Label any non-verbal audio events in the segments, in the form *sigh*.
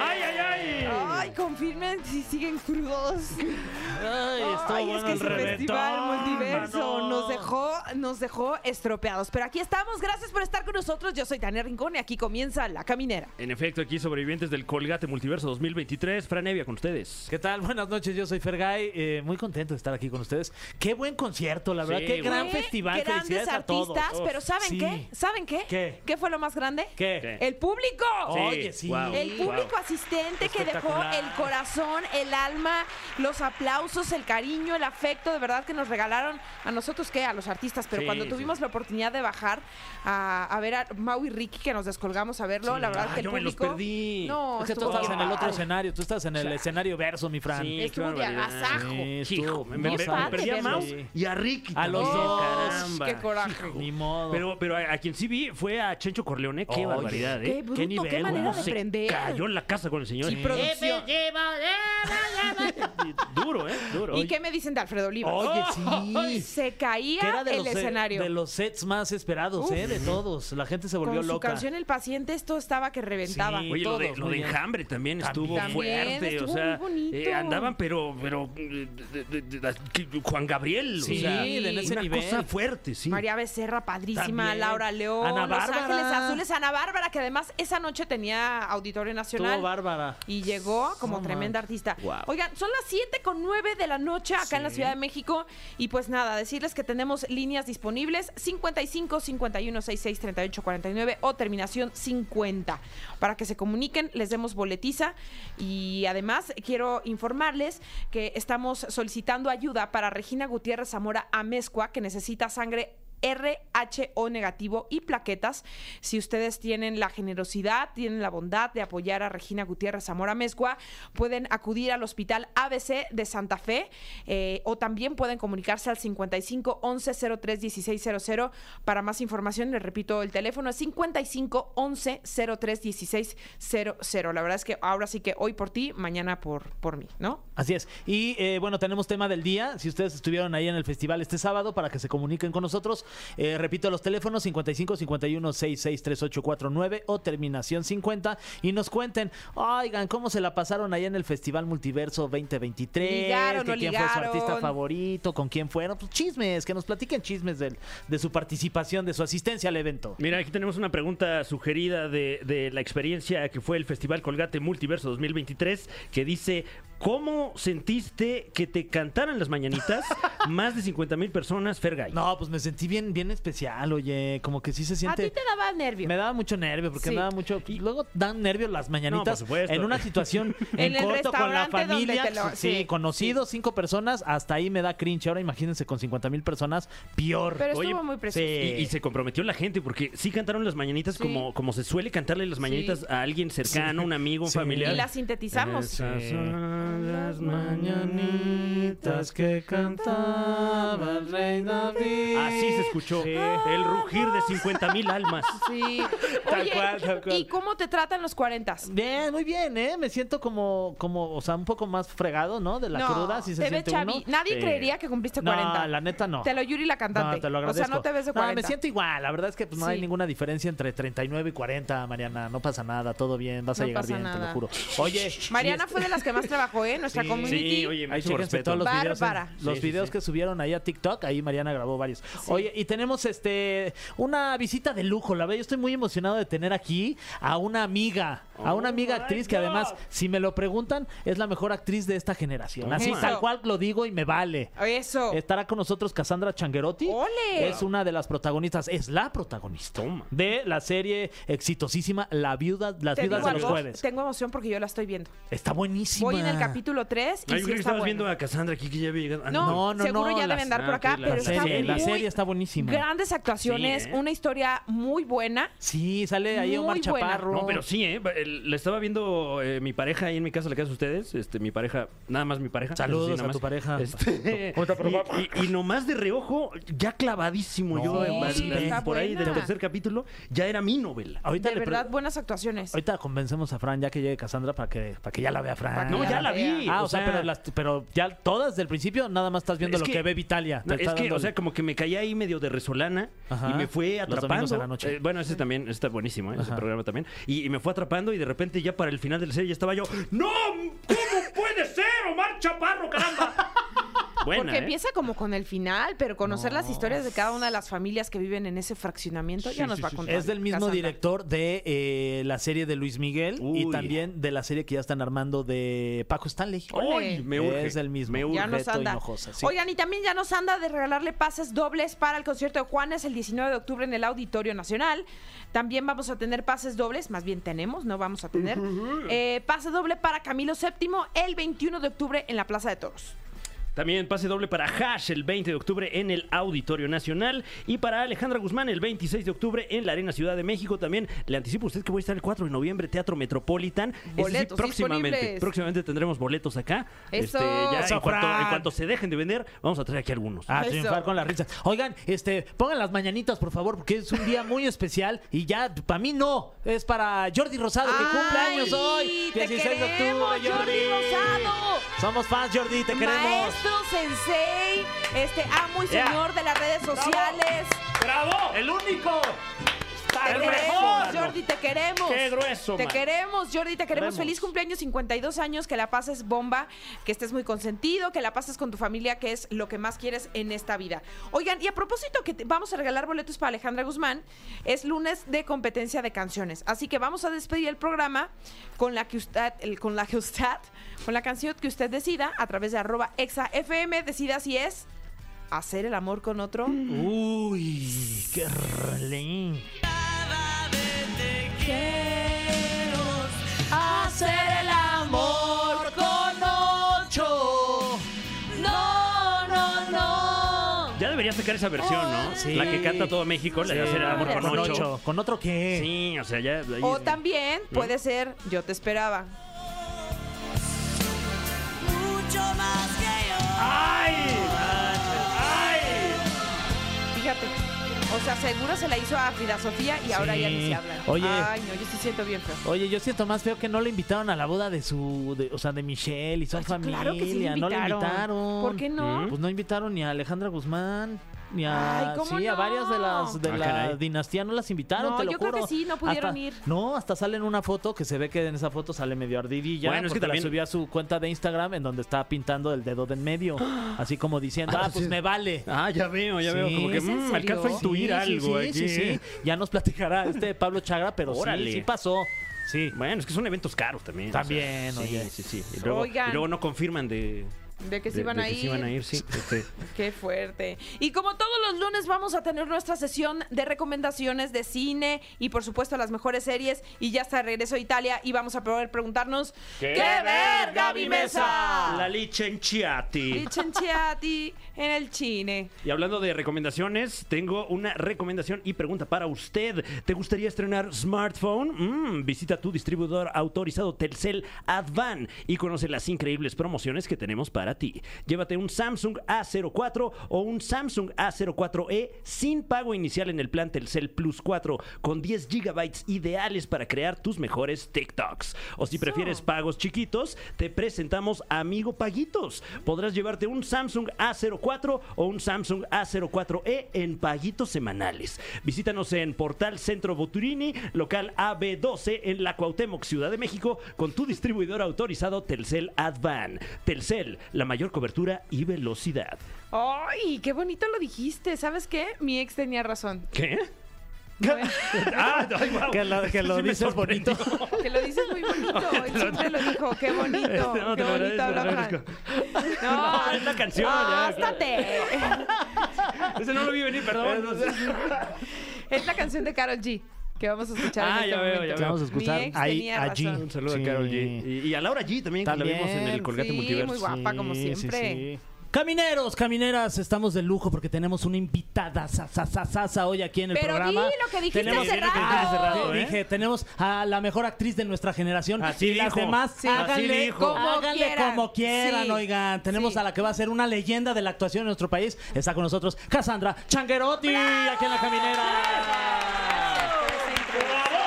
¡Ay, ay, ay! Ay, confirmen si siguen crudos. ¡Ay, estuvo Ay, es bueno que el ese festival reventón, multiverso mano. nos dejó, nos dejó estropeados. Pero aquí estamos, gracias por estar con nosotros. Yo soy Tania Rincón y aquí comienza La Caminera. En efecto, aquí sobrevivientes del Colgate Multiverso 2023. Fran Evia con ustedes. ¿Qué tal? Buenas noches, yo soy Fergay. eh, muy contento de estar aquí con ustedes. Qué buen concierto, la verdad. Sí, Qué güey. gran Fue festival. Grandes Felicidades a todos. artistas, pero ¿saben sí. qué? ¿Saben qué? ¿Qué? fue lo más grande? ¿Qué? Sí. ¡El público! Oye, sí. guau, El público guau. asistente que dejó Espectacular. el corazón, el alma, los aplausos, el cariño, el afecto, de verdad que nos regalaron a nosotros que a los artistas, pero Sí, cuando sí. tuvimos la oportunidad de bajar a, a ver a Mau y Ricky que nos descolgamos a verlo, la verdad Ah, que el yo me los público perdí. No, Es que tú estuvo estás en el otro padre. escenario, tú estás en el escenario verso, mi Fran. Sí, Estuvo qué de barbaridad. agasajo. Sí, Hijo, estuvo me, me- me hermosa. padre perdí a verlo. Maus y a Ricky. A los también, dos. Oh, caramba. qué coraje. Hijo. Ni modo. Pero, pero a, a quien sí vi fue a Chencho Corleone. Qué Oye, barbaridad, ¿eh? qué bruto, qué manera cómo de se prender. Cayó en la casa con el señor. Sí, producción. Duro, ¿eh? Duro. ¿Y qué me dicen de Alfredo Olivas? Oye, sí. Ay, Se Que caía era de el los, eh, escenario. de los sets más esperados, ¿eh? De todos. La gente se volvió Con su loca. canción El paciente, esto estaba que reventaba. Sí. Oye, lo de, todos, lo muy de bien. enjambre también estuvo También fuerte, estuvo o sea, muy bonito. eh, andaban pero, pero eh, de- de- de- de- que- Juan Gabriel, o Sí, sea, en ese una nivel. cosa fuerte, sí. María Becerra, padrísima, También. Laura León, Ana Los Bárbara. Ángeles Azules, Ana Bárbara, que además esa noche tenía Auditorio Nacional. Estuvo bárbara. Y llegó como No tremenda manches. artista. Guau. Oigan, son las 7 con 9 de la noche acá en la Ciudad de México. Y pues nada, decirles que tenemos líneas disponibles 55 51 66 38 49 o terminación 50. Para que se comuniquen, les demos boletiza. Y además quiero informarles que estamos solicitando ayuda para Regina Gutiérrez Zamora Amezcua, que necesita sangre RHO negativo y plaquetas. Si ustedes tienen la generosidad, tienen la bondad de apoyar a Regina Gutiérrez Zamora Mezcua, pueden acudir al Hospital ABC de Santa Fe eh, o también pueden comunicarse al 55 11 03 1600 para más información. Les repito, el teléfono es 55 11 03 1600. La verdad es que ahora sí que hoy por ti, mañana por, por mí, ¿no? Así es. Y eh, bueno, tenemos tema del día. Si ustedes estuvieron ahí en el festival este sábado, para que se comuniquen con nosotros, eh, repito los teléfonos 55 51 66 3849 o terminación 50 y nos cuenten, oigan, cómo se la pasaron ahí en el Festival Multiverso 2023, ¿Ligaron, que no quién fue su ligaron? artista favorito, con quién fueron, pues chismes, que nos platiquen chismes del- de su participación, de su asistencia al evento. Mira, aquí tenemos una pregunta sugerida de, de la experiencia que fue el Festival Colgate Multiverso 2023, que dice, ¿cómo sentiste que te cantaran *laughs* las mañanitas más de 50 mil personas, Fergay? No, pues me sentí bien, bien especial, oye, como que sí se A siente. ti te daba nervio. Me daba mucho nervio porque Sí. me daba mucho. y Luego dan nervios las No, por mañanitas supuesto. en una situación en, *laughs* En el corto con la restaurante donde familia. te lo- sí, sí, conocidos, cinco personas, hasta ahí me da cringe. Ahora imagínense con 50 mil personas, peor. Pero Oye, estuvo muy precioso. sí. Y, y se comprometió la gente porque sí cantaron las mañanitas Sí. como, como se suele cantarle las mañanitas Sí. a alguien cercano, un amigo, un Sí. familiar. Y la sintetizamos. Esas son las mañanitas que cantaba el rey David. Así se escuchó el rugir de 50 *laughs* mil almas. Sí. Tal Oye, cual, tal cual. ¿Y cómo te tratan los 40? Bien, muy bien, ¿eh? Me siento como, como, o sea, un poco más fregado, ¿no? De la cruda, si se te ve siente chavi. uno. Nadie Sí. creería que cumpliste No, 40. la neta no. Te lo Yuri la cantante. No, te lo o sea, agradezco. no te ves de 40. No, me siento igual. La verdad es que pues, no hay Sí. ninguna diferencia entre 39 y 40, Mariana. No pasa nada, todo bien. Vas a No llegar pasa bien, te nada. lo juro. Oye, Mariana y este, fue de las que más trabajó, ¿eh? Nuestra Sí. community. Sí, oye, Ahí mucho chéquense respeto. todos los videos, Bárbara. en- los Sí, sí, videos sí. que subieron ahí a TikTok, ahí Mariana grabó varios. Oye, y tenemos este una visita de lujo, la verdad, yo estoy muy emocionado de tener aquí a una amiga, a una Oh amiga my actriz que God. además, si me lo preguntan, es la mejor actriz de esta generación. Oh Así my. tal cual lo digo y me vale. Eso. Estará con nosotros Cassandra Changuerotti. ¡Ole! Es una de las protagonistas, es la protagonista Toma. de la serie exitosísima La Viuda, Las Viudas Te digo de los algo, Jueves. Tengo emoción porque yo la estoy viendo. Está buenísima. Voy en el capítulo 3 y Ah, yo sí creo que está estabas bueno. viendo a Cassandra aquí que ya había llegado. Ah, No, No, no, seguro no, ya la- deben andar por ah, acá, ok, la pero está serie, la muy- serie está buenísima. Grandes actuaciones, Sí, ¿eh? una historia muy buena. Sí, sale ahí Muy Omar buena. Chaparro. No, pero sí, ¿eh? El, la estaba viendo eh, mi pareja ahí en mi casa, la casa de ustedes. Este, mi pareja, nada más mi pareja. Saludos Eso sí, nada a tu más. pareja. Este, ¿Cómo está, pero guapa? y, y- y nomás de reojo, ya clavadísimo No, yo en la- sí, la- está por ahí buena. del tercer capítulo, ya era mi novela. Ahorita de le pre- verdad, buenas actuaciones. Ahorita convencemos a Fran ya que llegue Cassandra para que, para que ya la vea Fran. No, Ya ya la la vi. Ah, o, sea, pero, las- pero ya todas del principio nada más estás viendo Es lo que, que- ve Vitalia. Te No, está es que, dando o el- sea, como que me caí ahí medio de resolana Ajá. y me fue Los atrapando. domingos a la noche. Eh, bueno, ese también está buenísimo, ¿eh? ese Ajá. programa también. Y, y me fue atrapando y de repente ya para el final de la serie ya estaba yo, ¡No! ¿Cómo puede ser, Omar Chaparro, *laughs* caramba? Buena, Porque ¿eh? empieza como con el final, pero conocer las historias de cada una de las familias que viven en ese fraccionamiento ya nos va a contar. Es del mismo Cassandra. director de eh, la serie de Luis Miguel y Uy. también de la serie que ya están armando de Paco Stanley. ¡Ay! Me urge. Es el mismo. Me urge. Ya nos Beto anda. Hinojosa, sí. Oigan, y también ya nos anda de regalarle pases dobles para el concierto de Juanes el 19 de octubre en el Auditorio Nacional. También vamos a tener pases dobles, más bien tenemos, no vamos a tener. eh, pase doble para Camilo VII el 21 de octubre en la Plaza de Toros. También pase doble para Hash el 20 de octubre en el Auditorio Nacional y para Alejandra Guzmán el 26 de octubre en la Arena Ciudad de México. También le anticipo a usted que voy a estar el 4 de noviembre Teatro Metropolitan. Ese sí, Boletos próximamente, disponibles. próximamente tendremos boletos acá. Este, Eso. ya Eso, en, cuanto, Fran. en cuanto se dejen de vender, vamos a traer aquí algunos. A Eso. Ah, triunfar con las risas. Oigan, este, pongan las mañanitas, por favor, porque es un día muy especial. Y ya, para mí no, es para Jordi Rosado, que cumple ¡Ay, años hoy. te 16 de queremos, octubre, Jordi Rosado! Somos fans, Jordi, te queremos. Maestro, sensei, este amo y Yeah. señor de las redes sociales. ¡Bravo! ¡El único! Te ¡El queremos, mejor! Jordi, te queremos. Qué grueso, Te man. queremos, Jordi, te queremos. Queremos. Feliz cumpleaños, 52 años, que la pases bomba, que estés muy consentido, que la pases con tu familia, que es lo que más quieres en esta vida. Oigan, y a propósito que te- vamos a regalar boletos para Alejandra Guzmán, es lunes de competencia de canciones. Así que vamos a despedir el programa con la que usted, el- con la que usted, con la canción que usted decida a través de arroba exafm, decida si es hacer el amor con otro. Uy, qué relín. Hacer el amor con ocho. No, no, no. Ya debería sacar esa versión, Oh, ¿no? Sí. La que canta todo México, la de hacer el amor Con con ocho. ocho. ¿Con otro qué? Sí, o sea, ya. ahí- O también puede ser Yo te esperaba. ¡Ay! ¡Ay! Fíjate. O sea, seguro se la hizo a Frida Sofía y ahora Sí. ya ni se habla. Oye. Ay, no, yo sí siento bien feo. Oye, yo siento más feo que no le invitaron a la boda de su, de- o sea, de Michelle y Pues su familia. Claro que sí le no le invitaron. invitaron. ¿Por qué no? ¿Mm? Pues no invitaron ni a Alejandra Guzmán, ni a, Ay, ¿cómo sí, a no? varias de las de Ah, la caray. dinastía no las invitaron, No, te lo yo juro. creo que sí, no pudieron Hasta- ir. No, hasta sale en una foto que se ve que en esa foto sale medio ardidilla. Bueno, es que porque la también- subió a su cuenta de Instagram en donde está pintando el dedo de en *gasps* medio, así como diciendo, ah, pues me vale. Ah, ya veo, ya veo. Sí. Como que ¿Es en mm, serio? alcanzo a intuir Sí, sí, algo sí, aquí. sí, sí. Ya nos platicará este Pablo Chagra, pero sí, Órale. sí pasó. Sí. Bueno, es que son eventos caros también. o sea, También, oye. Sí, sí, sí. Y luego, Oigan. y luego no confirman de. De que se de- iban de a que se ir. iban a ir, sí. Este, Qué fuerte. Y como todos los lunes vamos a tener nuestra sesión de recomendaciones de cine y por supuesto las mejores series y ya está de regreso a Italia y vamos a poder preguntarnos *laughs* ¿Qué, ver, Gaby Mesa? La Licenciati. Licenciati en el cine. Y hablando de recomendaciones, tengo una recomendación y pregunta para usted. ¿Te gustaría estrenar smartphone? Mm, visita tu distribuidor autorizado Telcel Advan y conoce las increíbles promociones que tenemos para ti. Llévate un Samsung A04 o un Samsung A04e E sin pago inicial en el plan Telcel Plus 4 con 10 gigabytes ideales para crear tus mejores TikToks. O si prefieres pagos chiquitos, te presentamos Amigo Paguitos. Podrás llevarte un Samsung A04 o un Samsung A04e en paguitos semanales. Visítanos en Portal Centro Boturini, local AB12 en la Cuauhtémoc, Ciudad de México, con tu distribuidor autorizado Telcel Advan. Telcel, la mayor cobertura y velocidad. Ay, qué bonito lo dijiste. ¿Sabes qué? Mi ex tenía razón. *laughs* ¿Qué? ah, ay, wow. Que lo, que Esto lo sí me dices sorprendió. bonito. Que lo dices muy bonito. Él siempre lo dijo. Qué bonito. *laughs* No, qué te lo bonito agradezco, habla te Fran. lo agradezco. No, es la canción, ya, ¡Bástate! Ese no lo vi venir, perdón. Es la canción de Carol G que vamos a escuchar. en Ah, este ya veo, momento. ya veo. Vamos a escuchar Mi ex ahí Pues tenía allí. razón. Un saludo Sí. a Carol G. Y, y a Laura G también, que la vimos en También, el Colgate sí, Multiverso. muy guapa, como Sí, sí, siempre. sí. Camineros, camineras, estamos de lujo porque tenemos una invitada sasasasasa hoy aquí en el Pero di programa. lo que dijiste hace Viene que dijiste hace rato. rato, ¿eh? Dije, tenemos a la mejor actriz de nuestra generación Así y las dijo. demás Sí. háganle, Así dijo. como háganle quieran. como quieran, Sí. oigan. Tenemos Sí. a la que va a ser una leyenda de la actuación en nuestro país. Está con nosotros Cassandra Changuerotti aquí en la caminera.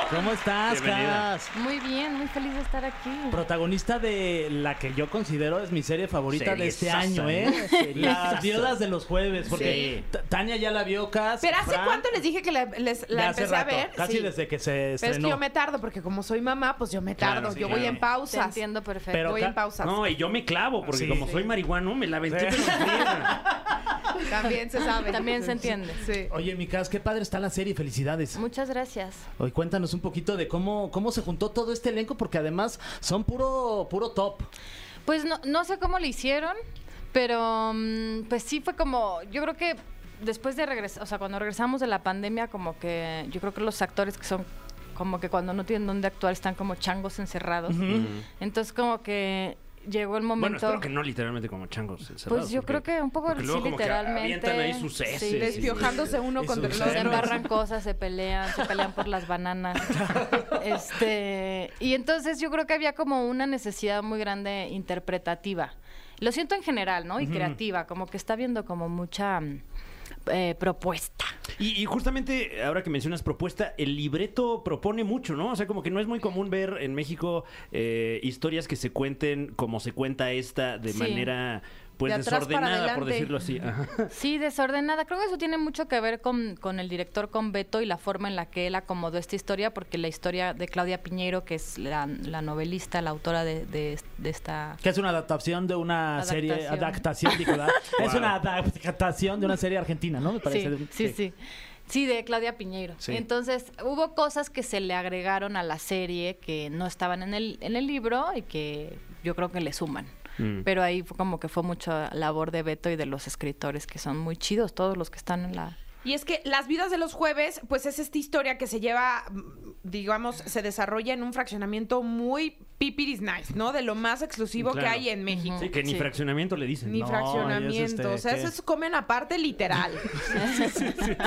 ¿Cómo estás, Bienvenida. Cas? Muy bien, muy feliz de estar aquí. Protagonista de la que yo considero es mi serie favorita de este Seriezaza, año, ¿eh? ¿eh? Las viudas de los jueves, porque Sí. T- Tania ya la vio, Cas. Pero ¿hace Fran, cuánto les dije que la, les- la de hace empecé rato, a ver? casi Sí. desde que se Pero es que estrenó. yo me tardo, porque como soy mamá, pues yo me tardo. Claro, sí, yo voy claro. en Te pausas. entiendo perfecto. Pero Voy ca- en pausas. No, y yo me clavo, porque Sí. como soy marihuano, me la aventé. Sí. pero bien. También se sabe. También se entiende. Sí. Oye, mi Cas, qué padre está la serie, felicidades. Muchas gracias. Hoy cuéntanos un poquito de cómo, cómo se juntó todo este elenco, porque además son puro, puro top. Pues no, no sé cómo lo hicieron, pero mm, pues sí fue como, yo creo que después de regresar, o sea, cuando regresamos de la pandemia, como que yo creo que los actores que son como que cuando no tienen dónde actuar están como changos encerrados. Entonces como que llegó el Bueno, momento... espero que no literalmente como changos. encerrados, Pues yo porque- creo que un poco porque luego sí, como que literalmente. avientan ahí sus Sí, heces. sí, sí. Despiojándose uno Y contra sus el Se Los otro. embarran cosas, se pelean, se pelean por las bananas. Este, y entonces yo creo que había como una necesidad muy grande interpretativa. Lo siento en general, ¿no? Y creativa, como que está habiendo como mucha mm, eh, propuesta. Y, y justamente ahora que mencionas propuesta, el libreto propone mucho, ¿no? O sea, como que no es muy común ver en México eh, historias que se cuenten como se cuenta esta de Sí. manera pues De atrás para desordenada, por adelante. decirlo así. Ajá. Sí, desordenada. Creo que eso tiene mucho que ver con, con el director, con Beto y la forma en la que él acomodó esta historia, porque la historia de Claudia Piñeiro, que es la, la novelista, la autora de, de- de esta... Que es una adaptación de una serie, Adaptación. adaptación, digo, *laughs* ¿verdad? Es Wow. una adaptación de una serie argentina, ¿no? Me parece. de Sí, un- sí, sí. Sí, de Claudia Piñeiro. Sí. Entonces, hubo cosas que se le agregaron a la serie que no estaban en el, en el libro y que yo creo que le suman. Mm. Pero ahí fue como que fue mucha labor de Beto y de los escritores, que son muy chidos todos los que están en la... Y es que Las vidas de los jueves, pues es esta historia que se lleva, mm, digamos, se desarrolla en un fraccionamiento muy pipiris nice, ¿no? De lo más exclusivo Claro. que hay en México. Sí, que ni Sí. fraccionamiento le dicen. Ni No, y es fraccionamiento, este, o sea, ¿qué? esos comen *laughs* aparte literal.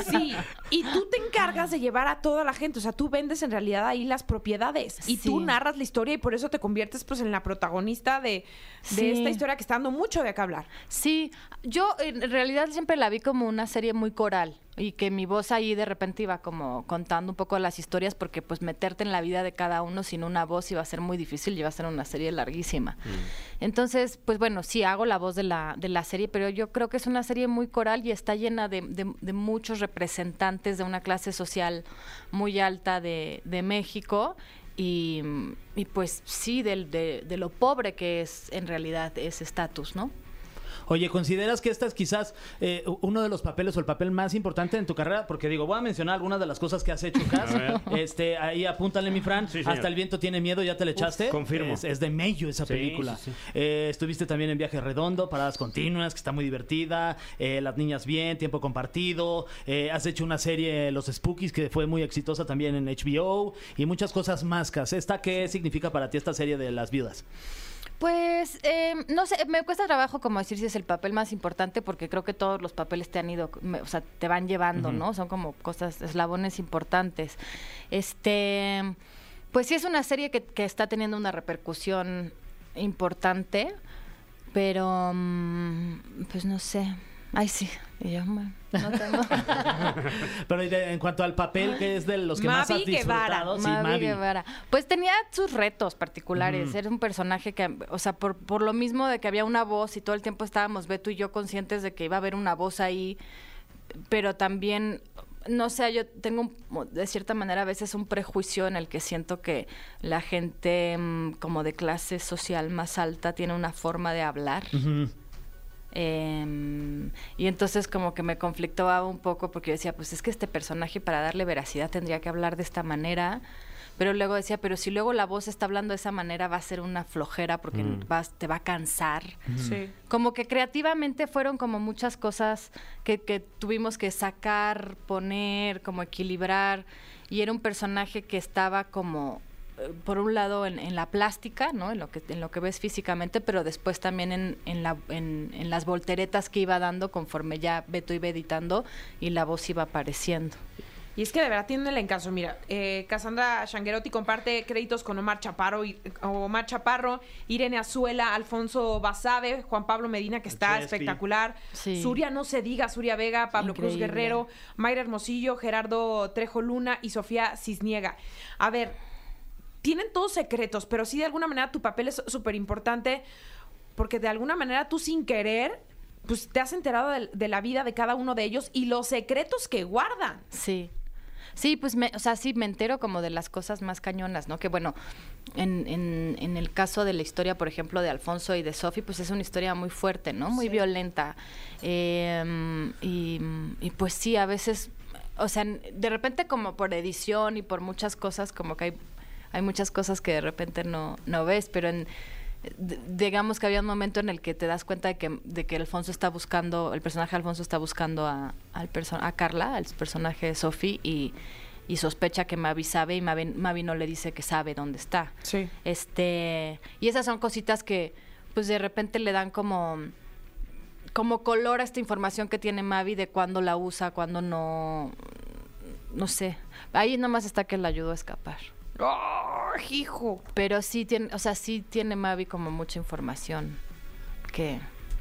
sí, y tú te encargas de llevar a toda la gente, o sea, tú vendes en realidad ahí las propiedades y tú Sí. narras la historia y por eso te conviertes pues en la protagonista de, de Sí. esta historia que está dando mucho de qué hablar. Sí, yo en realidad siempre la vi como una serie muy coral y que mi voz ahí de repente iba como contando un poco las historias porque pues meterte en la vida de cada uno sin una voz iba a ser muy difícil y iba a ser una serie larguísima. Entonces, pues bueno, sí hago la voz de la, de la serie, pero yo creo que es una serie muy coral y está llena de, de- de muchos representantes de una clase social muy alta de, de México. Y, y, pues sí, del- de, de lo pobre que es en realidad ese estatus, ¿no? Oye, ¿consideras que esta es quizás eh, uno de los papeles o el papel más importante en tu carrera? Porque digo, voy a mencionar algunas de las cosas que has hecho, Cas. *laughs* A Este, ahí apúntale, mi Fran. Sí, señor. Hasta el viento tiene miedo, ya te le echaste. confirmo. Es, es de Mello esa Sí, película. sí, sí. Eh, estuviste también en Viaje Redondo, Paradas Continuas, que está muy divertida. eh, Las Niñas Bien, Tiempo Compartido. eh, has hecho una serie, Los Spookies, que fue muy exitosa también en HBO. Y muchas cosas más, Cas. ¿Esta qué significa para ti esta serie de Las Viudas? Pues, eh, no sé, me cuesta trabajo como decir si es el papel más importante porque creo que todos los papeles te han ido, me- o sea, te van llevando, ¿no? Son como cosas, eslabones importantes. Este, pues sí es una serie que, que está teniendo una repercusión importante, pero, mm, pues no sé. Ay, sí, y yo, bueno, no tengo. Pero y de- en cuanto al papel, que es de los que más has Mavi Guevara. disfrutado, sí, Mavi Mavi. Guevara. Pues tenía sus retos particulares. Era un personaje que, o sea, por, por lo mismo de que había una voz y todo el tiempo estábamos Beto y yo conscientes de que iba a haber una voz ahí, pero también, no sé, yo tengo un- de cierta manera a veces un prejuicio en el que siento que la gente mm, como de clase social más alta tiene una forma de hablar. Ujú. Em, y entonces como que me conflictaba un poco porque yo decía, pues es que este personaje para darle veracidad tendría que hablar de esta manera. Pero luego decía, pero si luego la voz está hablando de esa manera va a ser una flojera porque vas- te va a cansar. Sí. Como que creativamente fueron como muchas cosas que, que tuvimos que sacar, poner, como equilibrar. Y era un personaje que estaba como eh, por un lado en, en la plástica, ¿no? En lo que en lo que ves físicamente, pero después también en, en la- en- en las volteretas que iba dando conforme ya Beto iba editando y la voz iba apareciendo. Y es que de verdad tienen el encanso. Mira, eh, Cassandra Shanguerotti comparte créditos con Omar Chaparro, y- Omar Chaparro, Irene Azuela, Alfonso Basabe, Juan Pablo Medina, que está Chespi. espectacular. Sí. Suria, no se diga, Suria Vega, Pablo Cruz Increíble. Guerrero, Mayra Hermosillo, Gerardo Trejo Luna y Sofía Cisniega. A ver, tienen todos secretos, pero sí de alguna manera tu papel es súper importante porque de alguna manera tú sin querer, pues te has enterado del- de, la vida de cada uno de ellos y los secretos que guardan. Sí. Sí, pues, me, o sea, sí, me entero como de las cosas más cañonas, ¿no? Que bueno, en, en- en el caso de la historia, por ejemplo, de Alfonso y de Sofi, pues es una historia muy fuerte, ¿no? Muy violenta. Eh, y, y pues sí, a veces, o sea, de repente como por edición y por muchas cosas, como que hay, hay muchas cosas que de repente no, no ves, pero en, d- digamos que había un momento en el que te das cuenta de que, de que Alfonso está buscando, el personaje Alfonso está buscando a, al perso- a Carla, al personaje de Sophie, y, y sospecha que Mavi sabe y Mavi, Mavi no le dice que sabe dónde está. Sí. Este, y esas son cositas que pues de repente le dan como como color a esta información que tiene Mavi de cuándo la usa, cuándo no no sé. Ahí nomás está que la ayudó a escapar. ¡Oh, hijo! Pero sí tiene, o sea, sí tiene Mavi como mucha información que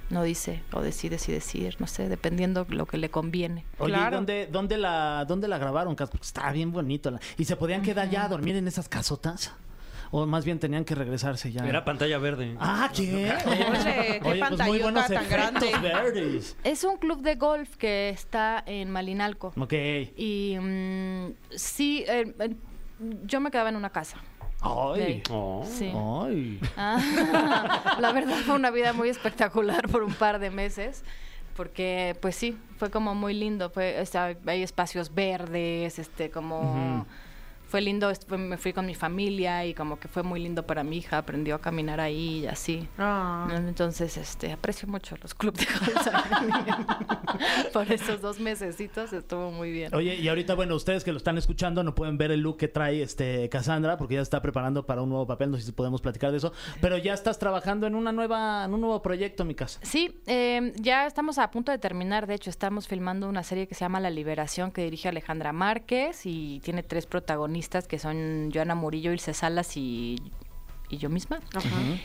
no dice o decide si decir, no sé, dependiendo lo que le conviene. Oye, ¿y Claro. ¿dónde, dónde, la, ¿dónde la grabaron, Cas? Porque Estaba bien bonito. la- ¿Y se podían quedar ya a dormir en esas casotas? O más bien tenían que regresarse ya. Era pantalla verde. Ah, ¿qué? Órale, qué pantallota tan pues efectos grande. verdes. Es un club de golf que está en Malinalco. Ok. Y mm, sí, eh, eh, yo me quedaba en una casa. Ay. Oh. Sí. Ay. Ah, la verdad fue una vida muy espectacular por un par de meses. Porque, pues sí, fue como muy lindo. Fue, o sea, hay espacios verdes, este, como... Fue lindo, est- fue- me fui con mi familia y como que fue muy lindo para mi hija. Aprendió a caminar ahí y así. Ah. Entonces, este, aprecio mucho los clubes de golf. Por esos dos mesecitos estuvo muy bien. Oye, y ahorita, bueno, ustedes que lo están escuchando no pueden ver el look que trae este Cassandra porque ya está preparando para un nuevo papel, no sé si podemos platicar de eso, pero ya estás trabajando en una nueva, en un nuevo proyecto, mi casa. Sí, eh, ya estamos a punto de terminar. De hecho, estamos filmando una serie que se llama La Liberación, que dirige Alejandra Márquez y tiene tres protagonistas que son Joana Murillo, Ilse Salas y, y yo misma.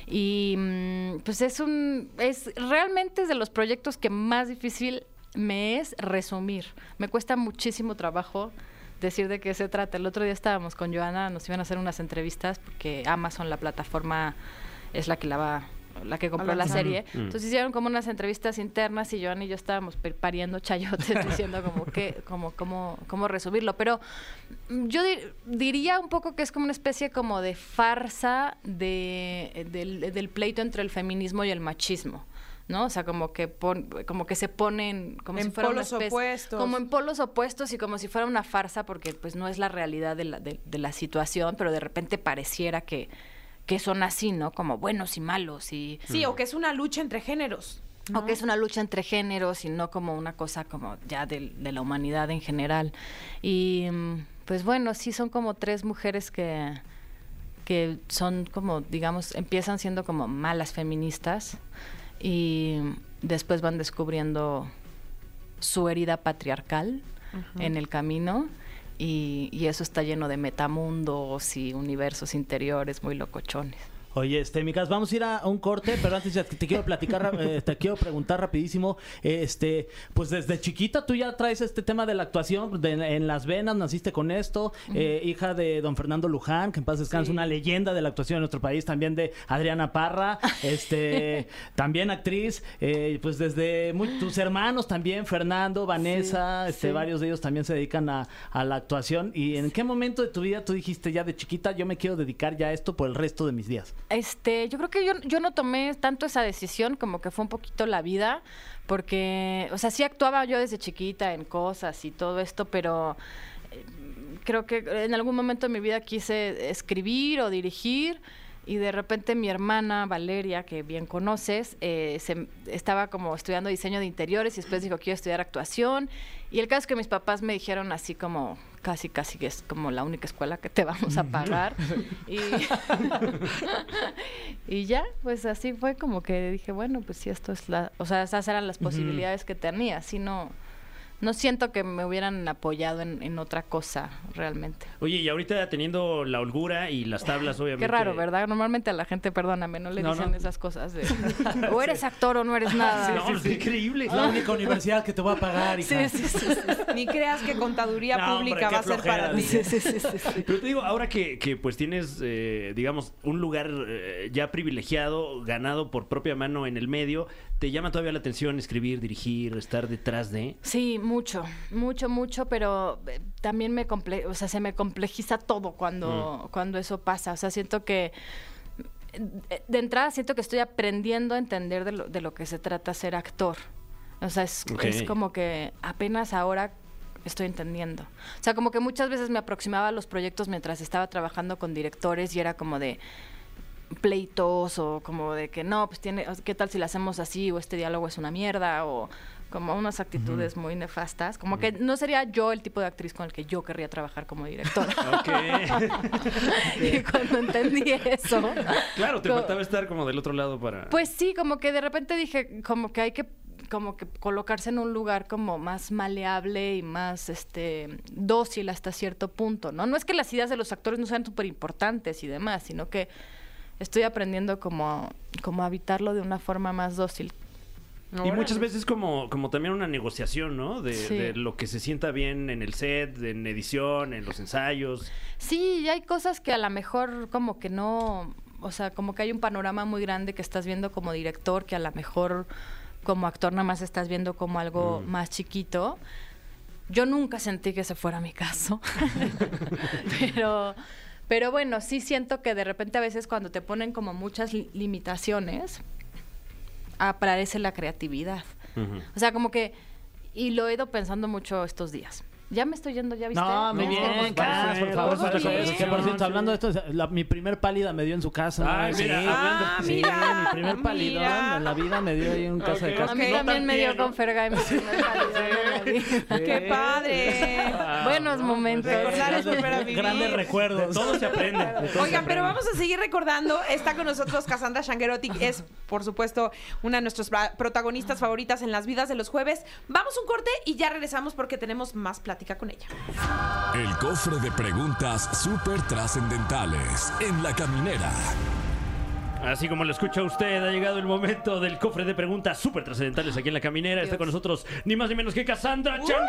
Y mm, pues es un. es Realmente es de los proyectos que más difícil me es resumir. Me cuesta muchísimo trabajo decir de qué se trata. El otro día estábamos con Joana, nos iban a hacer unas entrevistas porque Amazon, la plataforma, es la que la va la que compró la lanzar. serie. Entonces hicieron como unas entrevistas internas y Joana y yo estábamos pe- pariendo chayotes *laughs* diciendo como que como cómo cómo resumirlo, pero Mm, Yo dir- diría un poco que es como una especie como de farsa de, del, del pleito entre el feminismo y el machismo. ¿no? O sea, como que pon- como que se ponen como En si fuera una polos especie- opuestos. como en polos opuestos y como si fuera una farsa porque pues no es la realidad de la, de- de la situación, pero de repente pareciera que, que son así, ¿no? Como buenos y malos y Sí, o que es una lucha entre géneros. o que es una lucha entre géneros y no como una cosa como ya del- de, la humanidad en general. Y mm, pues bueno, sí son como tres mujeres que, que son como, digamos, empiezan siendo como malas feministas y después van descubriendo su herida patriarcal en el camino. Y, y eso está lleno de metamundos y universos interiores muy locochones. Oye, este, Micas, vamos a ir a un corte, pero antes ya te quiero platicar, ra- eh, te quiero preguntar rapidísimo, eh, este, pues desde chiquita tú ya traes este tema de la actuación de- en las venas, naciste con esto, eh, hija de don Fernando Luján, que en paz descanse, una leyenda de la actuación en nuestro país, también de Adriana *laughs* Parra, este, también actriz, eh, pues desde muy- tus hermanos también, Fernando, Vanessa, Sí, este, sí. varios de ellos también se dedican a, a la actuación. ¿Y en qué momento de tu vida tú dijiste ya de chiquita, yo me quiero dedicar ya a esto por el resto de mis días? Este, yo creo que yo, yo no tomé tanto esa decisión, como que fue un poquito la vida, porque, o sea, sí actuaba yo desde chiquita en cosas y todo esto, pero eh, creo que en algún momento de mi vida quise escribir o dirigir. Y de repente mi hermana Valeria, que bien conoces, eh, se, estaba como estudiando diseño de interiores y después dijo, quiero estudiar actuación. Y el caso es que mis papás me dijeron así como, casi, casi que es como la única escuela que te vamos a pagar. y, *laughs* y ya, pues así fue como que dije, bueno, pues si esto es la... O sea, esas eran las posibilidades que tenía, si no... No siento que me hubieran apoyado en, en otra cosa realmente. Oye, y ahorita teniendo la holgura y las tablas, obviamente. Qué raro, ¿verdad? Normalmente a la gente, perdóname, no le No, dicen no. esas cosas de o eres actor o *laughs* no eres nada. *laughs* No, es increíble. Es la única universidad que te va a pagar, hija. Sí, sí, sí, sí. Ni creas que *laughs* contaduría No, hombre, pública qué va a ser flojera, para ti. dice. Sí, sí, sí, sí. Pero te digo, ahora que, que, pues tienes, eh, digamos, un lugar eh, ya privilegiado, ganado por propia mano en el medio, ¿te llama todavía la atención escribir, dirigir, estar detrás de...? Sí, mucho, mucho, mucho, pero eh, también me comple o sea, se me complejiza todo cuando, cuando eso pasa. O sea, siento que eh, de entrada siento que estoy aprendiendo a entender de lo, de lo que se trata ser actor. O sea, es, Ok. es como que apenas ahora estoy entendiendo. O sea, como que muchas veces me aproximaba a los proyectos mientras estaba trabajando con directores y era como de pleitos o como de que no, pues tiene, o sea, ¿qué tal si la hacemos así? O este diálogo es una mierda o como unas actitudes muy nefastas. Como que no sería yo el tipo de actriz con el que yo querría trabajar como *laughs* directora. *laughs* y cuando entendí eso... claro, te co- faltaba estar como del otro lado para... pues sí, como que de repente dije, como que hay que como que colocarse en un lugar como más maleable y más este dócil hasta cierto punto, ¿no? No es que las ideas de los actores no sean súper importantes y demás, sino que estoy aprendiendo como, como a habitarlo de una forma más dócil. Y muchas veces como, como también una negociación, ¿no? De, Sí. de lo que se sienta bien en el set, en edición, en los ensayos. Sí, y hay cosas que a lo mejor como que no, o sea, como que hay un panorama muy grande que estás viendo como director, que a lo mejor como actor nada más estás viendo como algo Mm. más chiquito. Yo nunca sentí que ese fuera mi caso. *laughs* pero, pero bueno, sí siento que de repente a veces cuando te ponen como muchas li- limitaciones, aparece la creatividad. O sea, como que, y lo he ido pensando mucho estos días. Ya me estoy yendo, ya viste. No, muy Ya bien, estamos- Cas, por Vamos favor, bien. suelta la conversación. Bien. Que, por cierto, hablando de esto, la- mi primer pálida me dio en su casa. Ay, mira, Ah, sí, mira, mi primer palidón mira. en la vida me dio ahí en casa de Ok, A casa. mí No también tan me dio tierno. con Fergay. mi *laughs* primer marido de la vida. ¡Qué padre! Ah, Buenos momentos. pues, Recordar es volver a vivir. Grandes recuerdos. Todo se aprende. Oigan, pero vamos a seguir recordando. Está con nosotros Cassandra Shangerotti, que es, por supuesto, una de nuestros pra- protagonistas favoritas en las vidas de los jueves. Vamos un corte y ya regresamos porque tenemos más plática con ella. El cofre de preguntas súper trascendentales en la caminera. Así como lo escucha usted, ha llegado el momento del cofre de preguntas súper trascendentales aquí en La Caminera. Está con nosotros ni más ni menos que Cassandra Changuero.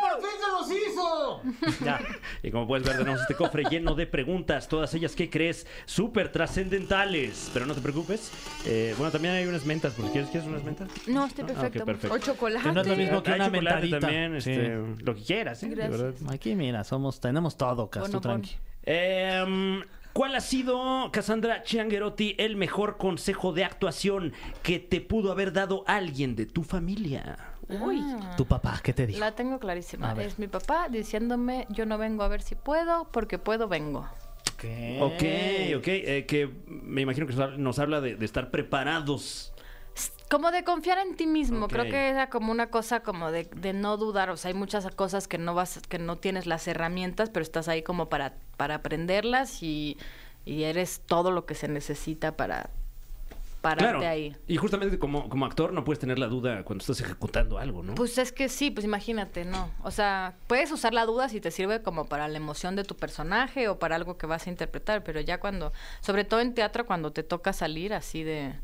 ¡Por fin se los hizo! Ya. Y como puedes ver, tenemos este cofre lleno de preguntas, todas ellas que crees súper trascendentales. Pero no te preocupes. Eh, bueno, también hay unas mentas, porque quieres, quieres unas mentas. No, estoy Ah, ok, perfecto. perfecto. O chocolate. Que no es lo mismo que Hay una chocolate mentadita. también, Sí. este, lo que quieras, ¿eh? De Gracias. verdad. Aquí, mira, somos, tenemos todo, Cas, tú Bonobón. tranqui. Em, ¿Cuál ha sido, Cassandra Chianguerotti, el mejor consejo de actuación que te pudo haber dado alguien de tu familia? Uy, Tu papá, ¿qué te dijo? la tengo A clarísima. ver. Es mi papá diciéndome, yo no vengo a ver si puedo, porque puedo vengo. ¿Qué? Ok, ok, eh, que me imagino que nos hab- nos habla de, de estar preparados. Como de confiar en ti mismo, Ok. creo que era como una cosa como de, de no dudar, o sea, hay muchas cosas que no vas, que no tienes las herramientas, pero estás ahí como para, para aprenderlas y, y eres todo lo que se necesita para pararte ahí. Y justamente como, como actor no puedes tener la duda cuando estás ejecutando algo, ¿no? Pues es que sí, pues imagínate, ¿no? O sea, puedes usar la duda si te sirve como para la emoción de tu personaje o para algo que vas a interpretar, pero ya cuando, sobre todo en teatro, cuando te toca salir así de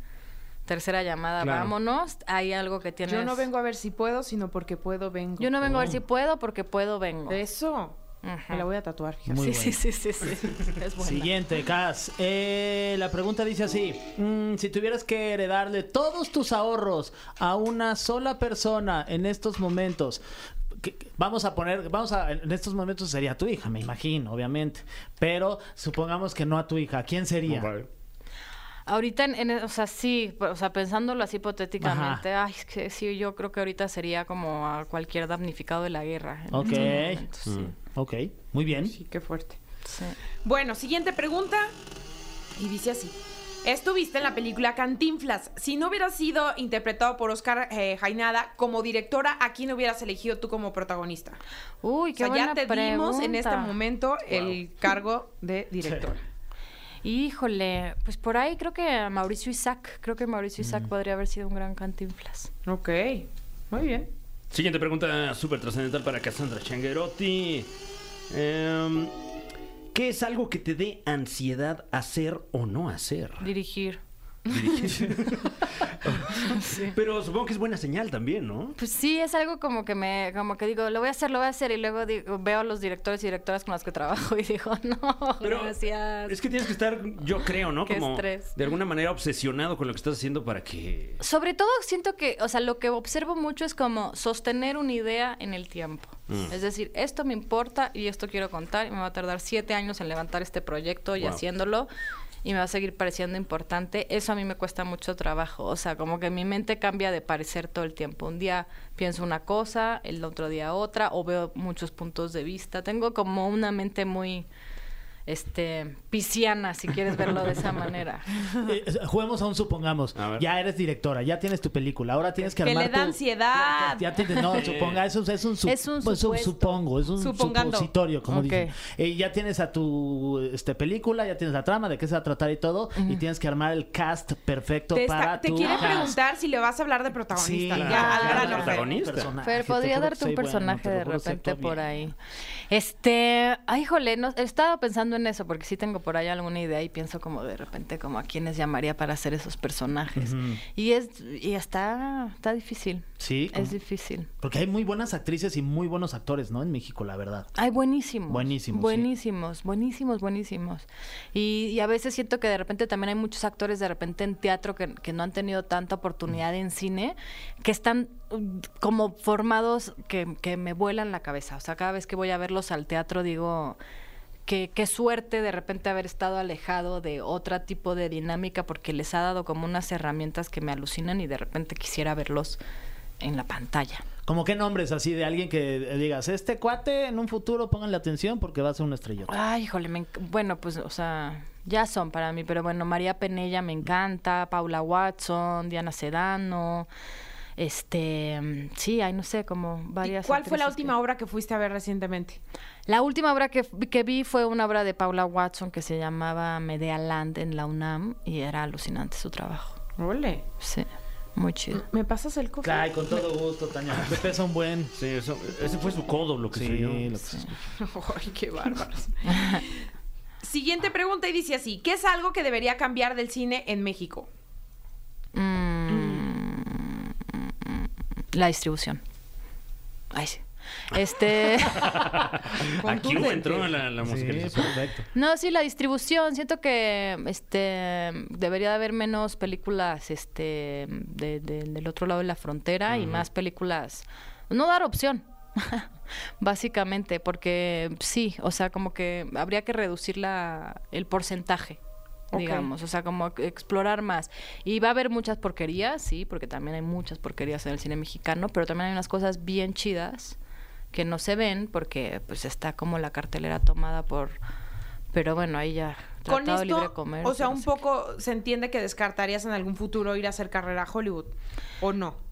tercera llamada, Claro. vámonos, hay algo que tienes. Yo no vengo a ver si puedo, sino porque puedo vengo. Yo no vengo a ver si Oh. puedo porque puedo vengo. Eso. Ujú. Me la voy a tatuar. fíjate. Muy sí, bueno. sí, sí, *laughs* sí, sí. Es buena. Siguiente, Cas. Eh, la pregunta dice así: mm, Si tuvieras que heredarle todos tus ahorros a una sola persona en estos momentos, que- que- vamos a poner, vamos a, en estos momentos sería tu hija, me imagino, obviamente. Pero supongamos que no a tu hija, ¿a quién sería? Ahorita, en, en- o sea, sí, pero, o sea, pensándolo así hipotéticamente, ay, es que sí, yo creo que ahorita sería como a cualquier damnificado de la guerra. en Ok. Mm. estos momentos, sí, Ok, muy bien. Sí, qué fuerte. sí. Bueno, siguiente pregunta. Y dice así. Estuviste en la película Cantinflas. Si no hubieras sido interpretado por Oscar eh, Jainada como directora, ¿a quién hubieras elegido tú como protagonista? O Uy, qué sea, ya buena te dimos en este pregunta. momento el cargo de directora. Híjole, pues por ahí creo que a Mauricio Isaac, creo que Mauricio Isaac podría haber sido un gran cantinflas. Ok, muy bien. Siguiente pregunta súper trascendental para Cassandra Changuerotti. Em, ¿Qué es algo que te dé ansiedad hacer o no hacer? Dirigir. *laughs* Pero supongo que es buena señal también, ¿no? Pues sí, es algo como que me, como que digo, lo voy a hacer, lo voy a hacer, y luego digo, veo a los directores y directoras con las que trabajo y digo, *laughs* no, Pero gracias. es que tienes que estar, yo creo, ¿no? Qué Como estrés. de alguna manera obsesionado con lo que estás haciendo para que... Sobre todo siento que, o sea, lo que observo mucho es como sostener una idea en el tiempo. Es decir, esto me importa y esto quiero contar y me va a tardar siete años en levantar este proyecto y Wow. haciéndolo y me va a seguir pareciendo importante. Eso a mí me cuesta mucho trabajo. O sea, como que mi mente cambia de parecer todo el tiempo. Un día pienso una cosa, el otro día otra o veo muchos puntos de vista. Tengo como una mente muy... Este, pisciana, si quieres verlo de esa manera. Eh, juguemos a un supongamos. A ver. Ya eres directora, ya tienes tu película, ahora tienes que Que armar le da tu- ansiedad. Ya te- no, suponga, eso es un, sup- Es un pues, un supuesto. supongo, es un Supongando. supositorio, como Ok. dicen. Eh, ya tienes a tu este, película, ya tienes la trama, de qué se va a tratar y todo, y tienes que armar el cast perfecto Te, está- para te tu quieren cast. preguntar si le vas a hablar de protagonista. Sí, ya, claro, al claro, grano, Fer. protagonista. Personaje, Pero te podría juro que darte soy un bueno, personaje te lo de juro, soy repente todo por bien. ahí. Este, ay, jole, no, estaba pensando en eso porque sí tengo por ahí alguna idea y pienso como de repente como a quiénes llamaría para hacer esos personajes. Y es y está está difícil. Sí, ¿cómo? Es difícil. porque hay muy buenas actrices y muy buenos actores, ¿no? En México, la verdad. Ay, buenísimos. Buenísimos, sí. Buenísimos, buenísimos, buenísimos. Y, y a veces siento que de repente también hay muchos actores de repente en teatro que, que no han tenido tanta oportunidad en cine, que están mm, como formados que, que me vuelan la cabeza. O sea, cada vez que voy a verlos al teatro digo... que- qué suerte de repente haber estado alejado de otro tipo de dinámica porque les ha dado como unas herramientas que me alucinan y de repente quisiera verlos en la pantalla. Como qué nombres así de alguien que digas, este cuate en un futuro pónganle atención porque va a ser una estrellota. Ay, híjole, me enc- bueno, pues, o sea, ya son para mí, pero bueno, María Penella me encanta, Paula Watson, Diana Sedano, este, mm, sí, hay, no sé, como ¿Y varias. ¿Cuál fue la actrices que- última obra que fuiste a ver recientemente? La última obra que, f- que vi fue una obra de Paula Watson que se llamaba Medea Land en la UNAM y era alucinante su trabajo, Ole. sí, muy chido. ¿Me pasas el cofre? Ay, con todo gusto, *laughs* Tania. Me pesa un buen. Sí, eso, ese fue su codo lo que Sí, soy yo. lo que se escucha. *laughs* Ay, qué *laughs* bárbaros. Siguiente pregunta y dice así: ¿Qué es algo que debería cambiar del cine en México? Mm, La distribución. Ay, sí. *laughs* Este. Aquí Contundente. entró la, la Sí, musicalización. perfecto. No, sí, la distribución. Siento que este debería de haber menos películas este de- de- del otro lado de la frontera y más películas. No dar opción, *laughs* básicamente, porque sí, o sea, como que habría que reducir la, el porcentaje. Ok. Digamos, o sea, como que explorar más. Y va a haber muchas porquerías, sí, porque también hay muchas porquerías en el cine mexicano, pero también hay unas cosas bien chidas que no se ven porque pues está como la cartelera tomada por pero bueno ahí ya Con tratado de libre esto, comercio, o sea, no un sé qué. poco se entiende que descartarías en algún futuro ir a hacer carrera a Hollywood, ¿o no?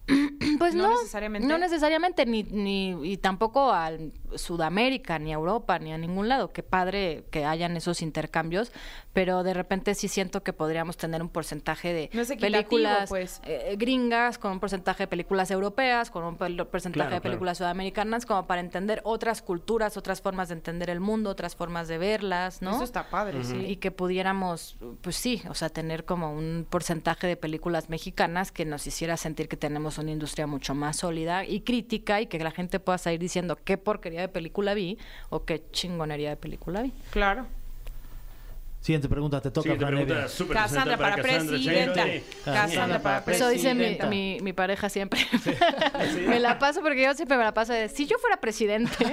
pues no no necesariamente. no necesariamente ni, ni y tampoco a Sudamérica ni a Europa ni a ningún lado qué padre que hayan esos intercambios pero de repente sí siento que podríamos tener un porcentaje de No es equitativo, películas pues. eh, gringas con un porcentaje de películas europeas con un pel- porcentaje Claro, de películas claro. sudamericanas como para entender otras culturas otras formas de entender el mundo otras formas de verlas no Eso está padre, sí. y que pudiéramos, pues sí, o sea, tener como un porcentaje de películas mexicanas que nos hiciera sentir que tenemos una industria mucho más sólida y crítica y que la gente pueda salir diciendo qué porquería de película vi o qué chingonería de película vi. Claro. Siguiente pregunta, te toca. Siguiente Fran pregunta Evia. súper Cassandra trascendental para Cassandra presidenta. Changuerotti. Cassandra Cassandra para para Eso presidenta. dice mi, Presidenta. mi- mi pareja siempre. *laughs* me la paso porque yo siempre me la paso de, si yo fuera presidente, *laughs*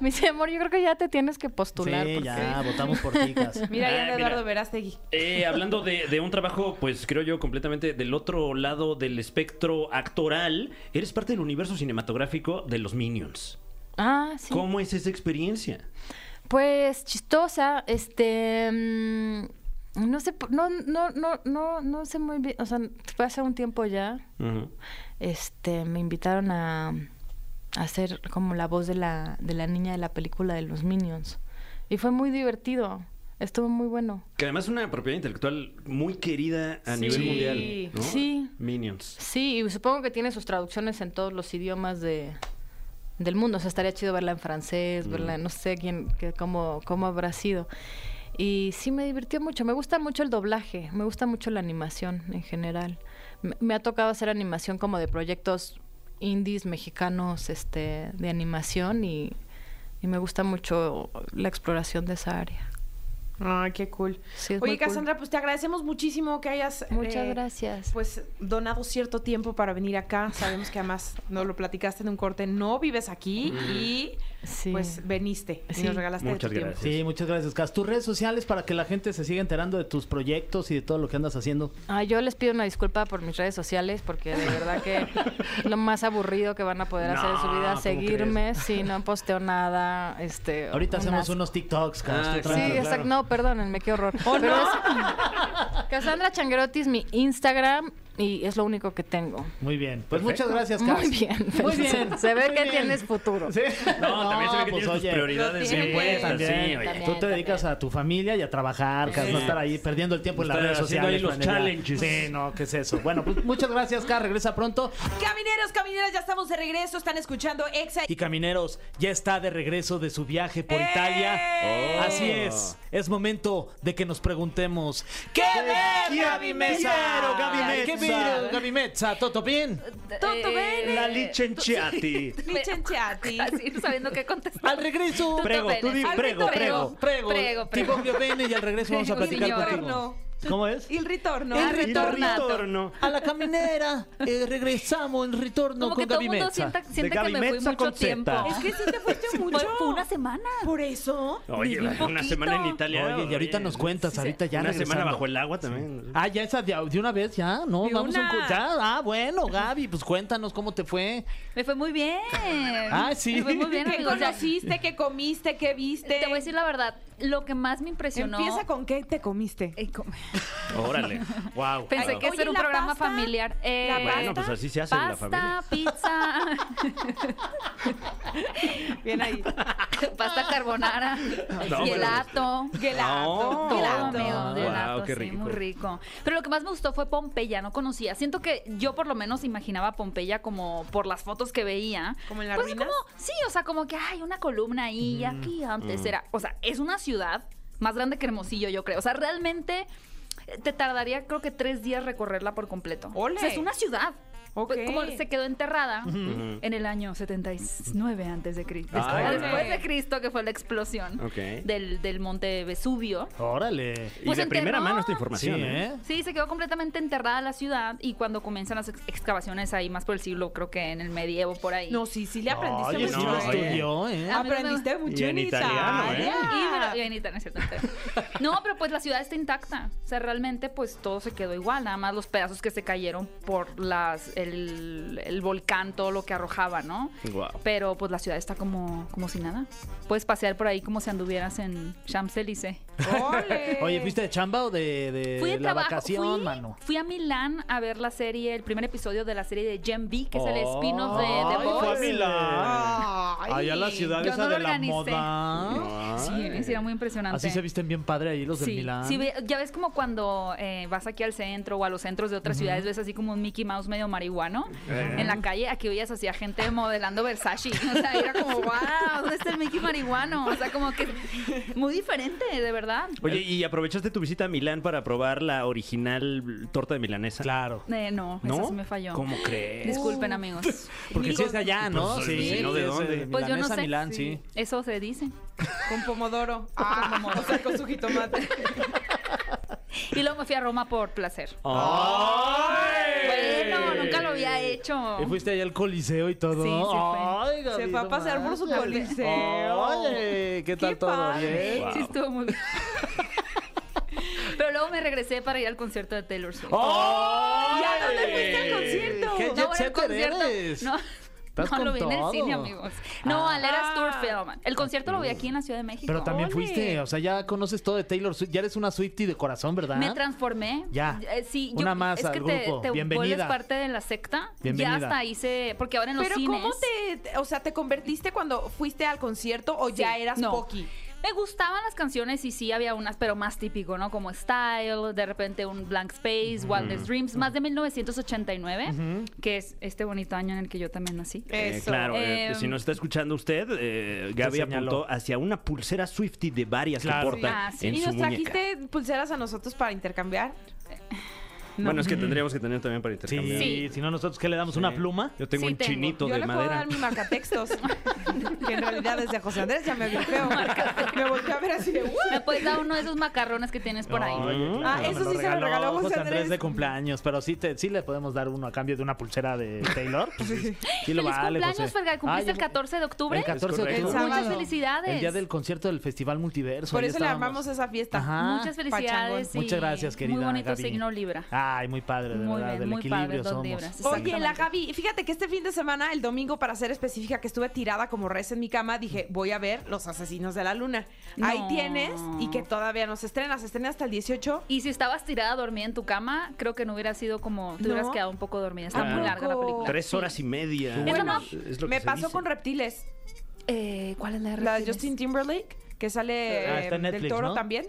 me dice, amor, yo creo que ya te tienes que postular. Sí, porque- ya, votamos por ti, Cas. *laughs* Mira, ya Ah, de mira. Eduardo Verástegui. Eh, hablando de, de un trabajo, pues creo yo, completamente del otro lado del espectro actoral, eres parte del universo cinematográfico de los Minions. Ah, sí. ¿Cómo es esa experiencia? Pues chistosa, este... mm, No sé, por- no, no, no, no, no sé muy bien. O sea, fue hace un tiempo ya. Ujú. Este, me invitaron a, a hacer como la voz de la, de la niña de la película de los Minions. Y fue muy divertido. Estuvo muy bueno. Que además es una propiedad intelectual muy querida a Sí. nivel mundial. ¿no? Sí. Minions. Sí, y supongo que tiene sus traducciones en todos los idiomas de, del mundo. O sea, estaría chido verla en francés, verla, no sé quién, que- cómo, cómo habrá sido. Y sí, me divirtió mucho. Me gusta mucho el doblaje, me gusta mucho la animación en general. Me, me ha tocado hacer animación como de proyectos indies mexicanos este, de animación y, y me gusta mucho la exploración de esa área. Ay, qué cool. Sí, es muy Oye, cool. Cassandra, pues te agradecemos muchísimo que hayas. Muchas eh, gracias. Pues donado cierto tiempo para venir acá. Sabemos que además no lo platicaste en un corte, no vives aquí y Sí. pues veniste y Sí. nos regalaste de Muchas tu tiempo. gracias. Sí, Mm. muchas gracias, Cas. Tus redes sociales para que la gente se siga enterando de tus proyectos y de todo lo que andas haciendo. Ah, yo les pido una disculpa por mis redes sociales porque de verdad *laughs* que lo más aburrido que van a poder hacer de su vida No, ¿cómo es seguirme si no posteo nada. Este, Ahorita hacemos unas- unos TikToks, Cas. Ah, tú sí, Sí, tranquila. exacto. No, perdónenme, qué horror. Oh, Pero es- Cassandra Changuerotti es mi Instagram y es lo único que tengo. Muy bien. Pues Perfecto. muchas gracias, Cas. Muy bien. Muy bien. *laughs* Se ve muy que bien. tienes futuro. Sí. No, también se ve que pues, tienes tus oye, prioridades lo bien tienes. puestas. Sí, También, oye. Tú te dedicas a tu familia y a trabajar, Cas, no estar ahí perdiendo el tiempo en las Estar redes haciendo sociales. ahí los Fran Evia. challenges. Sí, no, ¿qué es eso? Bueno, pues muchas gracias, Cas. Regresa pronto. Camineros, camineras, ya estamos de regreso. Están escuchando Exa. Y Camineros ya está de regreso de su viaje por ¡Eh! Italia. Así es, es momento de que nos preguntemos ¿Qué ver, Gaby Mesa? quiero, Gaby ¿Qué Mesa? ver, Gaby Mesa? ¿Todo bien? Tutto Eh, Eh, bene. La licenciati. Licenciati. *laughs* Así, no sabiendo qué contestar. Al regreso, Tutto prego, bene. tú di- Al prego, prego, ritorno. prego, Prego, prego. Tipo, bene y al regreso vamos a Prego, platicar signor. contigo. ¿Cómo es? Il ritorno. Il Il Ritornato. ritorno. A la caminera, eh, regresamos en retorno Como con que todo Gaby el mundo Mesa. sienta, siente Gaby que me fui Mezza mucho con Z. tiempo. Es que sí te *laughs* fuiste Fue- mucho. Fue una semana. Por eso. Oye, Viví un una poquito. semana en Italia. Oye, y ahorita nos cuentas, ahorita ya Una semana regresando. bajo el agua también. Ah, ya esa de, de una vez, ya, no, De vamos a un cu- una. ya, ah, bueno, Gaby, pues cuéntanos cómo te fue. Me fue muy bien. Ah, sí. Me fue muy *laughs* bien, ¿Qué amigos. O sea, conociste? ¿Qué comiste? ¿Qué viste? Te voy a decir la verdad. Lo que más me impresionó. Empieza con qué te comiste. Eh, com- Órale. Wow. Pensé que Oye, ese era un ¿la programa pasta? familiar. Eh, ¿La Bueno, pues pasta? así se hace en la familia. Pasta, pizza, *laughs* Bien ahí. *laughs* pasta carbonara, bueno, pues, gelato. Gelato. Todo, gelato. amigo, Wow, gelato, qué sí, rico. muy rico. Pero lo que más me gustó fue Pompeya, no conocía. Siento que yo por lo menos imaginaba a Pompeya como por las fotos que veía. ¿Como en las Pues ruinas? como- sí, o sea, como que hay una columna ahí Mm, y aquí antes era. O sea, es una ciudad más grande que Hermosillo, yo creo. O sea, realmente eh, te tardaría creo que tres días recorrerla por completo. Ole. O sea, es una ciudad. Ok. Como se quedó enterrada Ujú. en el año 79 antes de Cristo. Ay, Después- después ok. de Cristo, que fue la explosión Ok. del, del monte Vesubio. Órale. Y Pues de enterró. primera mano esta Sí, información. ¿eh? ¿eh? Sí, se quedó completamente enterrada la ciudad y cuando comienzan las ex- excavaciones ahí más por el siglo, creo que en el medievo por ahí. No, sí, sí le aprendiste Oye, no, mucho. sí lo oye. estudió, ¿eh? Ah, pero Aprendiste Ah, mucho Y en en italiano, ¿eh? Italia. Y bueno, y en Italia, es cierto, en Italia. *laughs* No, pero pues la ciudad está intacta. O sea, realmente pues todo se quedó igual, nada más los pedazos que se cayeron por las el, el volcán, todo lo que arrojaba, ¿no? Guau. Pero pues la ciudad está como, como si nada. Puedes pasear por ahí como si anduvieras en Champs-Élysées. Ole. *laughs* Oye, ¿fuiste de chamba o de, de Fui de Eh, la trabajo, vacación, fui, mano? fui a Milán a ver la serie, el primer episodio de la serie de Gen B, que es el spin-off de Oh. Ay, The fue a Boys. Milán. Ay. Allá la ciudad yo esa no lo de la organicé. moda. Sí, sí, era muy impresionante. Así se visten bien padre ahí los del Sí, Milán. sí, ve- ya ves como cuando eh, vas aquí al centro o a los centros de otras ciudades, ves así como un Mickey Mouse medio marihuano Eh. en la calle, aquí veías así a gente modelando Versace, *laughs* o sea, era como, wow, ¿dónde está el Mickey marihuano? O sea, como que muy diferente, de verdad. Oye, ¿y aprovechaste tu visita a Milán para probar la original torta de milanesa? Claro. Eh, no, ¿No? eso sí me falló. ¿Cómo crees? Disculpen, amigos. *laughs* Porque si Digo, es de allá, ¿no? pues, sí. si no, ¿de es, dónde? eh, Pues yo no milanesa, sé. Milán, sí. Eso se dice. Con pomodoro. *laughs* Ah, o sea, con su jitomate. Y luego me fui a Roma por placer. Bueno, nunca lo había hecho. Y fuiste allá al Coliseo y todo. Sí, sí fue. Ay, Gaby, Se fue a no pasear por su manches. coliseo. Oye, ¿qué tal Qué todo? padre. ¿Bien? Sí, estuvo muy bien. *laughs* Pero luego me regresé para ir al concierto de Taylor Swift. ¡Ay! ¿Y a dónde fuiste al concierto? ¡Qué No, jet bueno, el setter concierto. eres! No, Estás no, con lo vi en el todo. cine, amigos. No, al Eras Tour Ah. Film. El concierto lo vi aquí en la Ciudad de México. Pero también Ole. fuiste, o sea, ya conoces todo de Taylor Swift, ya eres una Swiftie de corazón, ¿verdad? Me transformé. Ya. Eh, sí, yo, Una más es que al te, grupo. te Bienvenida. vuelves parte de la secta. Bienvenida. Ya hasta hice. Porque ahora en *laughs* los Pero cines. ¿cómo te, te- o sea, te convertiste cuando fuiste al concierto o ya Sí, eras no. Pocky? Me gustaban las canciones y sí había unas, pero más típico, ¿no? Como Style, de repente un Blank Space, Wildest Dreams, más de 1989, que es este bonito año en el que yo también nací. Eh, claro, eh, Em, si nos está escuchando usted, eh, Gaby señaló. apuntó hacia una pulsera Swifty de varias Claro. que porta Ah, sí. en ¿Y su nos muñeca. trajiste pulseras a nosotros para intercambiar? Bueno, es que tendríamos que tener también para Sí, intercambiar. si no nosotros qué le damos una pluma. Yo tengo Sí, un tengo. chinito Yo de le puedo madera. dar mi marcatextos, que en realidad es de José Andrés, ya me golpeó. me volteó a ver así de... "What?". Me puedes dar uno de esos macarrones que tienes por ahí. Oye, claro, Ah, me eso lo sí se lo regaló José José Andrés Andrés. de cumpleaños, pero sí te sí le podemos dar uno a cambio de una pulsera de *laughs* Taylor. Pues sí, sí lo vale, Feliz José. cumpleaños, Fergay. Cumpliste Ah, el ya- 14 de octubre. El 14 de Es octubre. correcto. Muchas sábado. felicidades. El día del concierto del Festival Multiverso. Por ahí eso le estábamos. armamos esa fiesta. Ajá. Muchas felicidades. Pachangón. y Ah, Muchas gracias, querida. Muy bonito Gaby. signo Libra. Ay, muy padre, de Muy verdad. bien, del muy equilibrio padre, dos somos. libras, Oye, la Exactamente. Javi, fíjate que este fin de semana, el domingo, para ser específica, que estuve tirada como res en mi cama, dije, voy a ver Los Asesinos de la Luna. Ahí No. tienes, y que todavía no se estrena, se estrena hasta el 18. Y si estabas tirada dormida en tu cama, creo que no hubiera sido como. Te No. hubieras quedado un poco dormida. Está ¿A muy poco? larga la película. Tres horas y media. Es lo más- es lo que Me se pasó dice. con Reptiles, Eh, ¿Cuál es la la de refieres? Justin Timberlake, que sale Ah, está en eh, del Netflix, toro ¿no? también.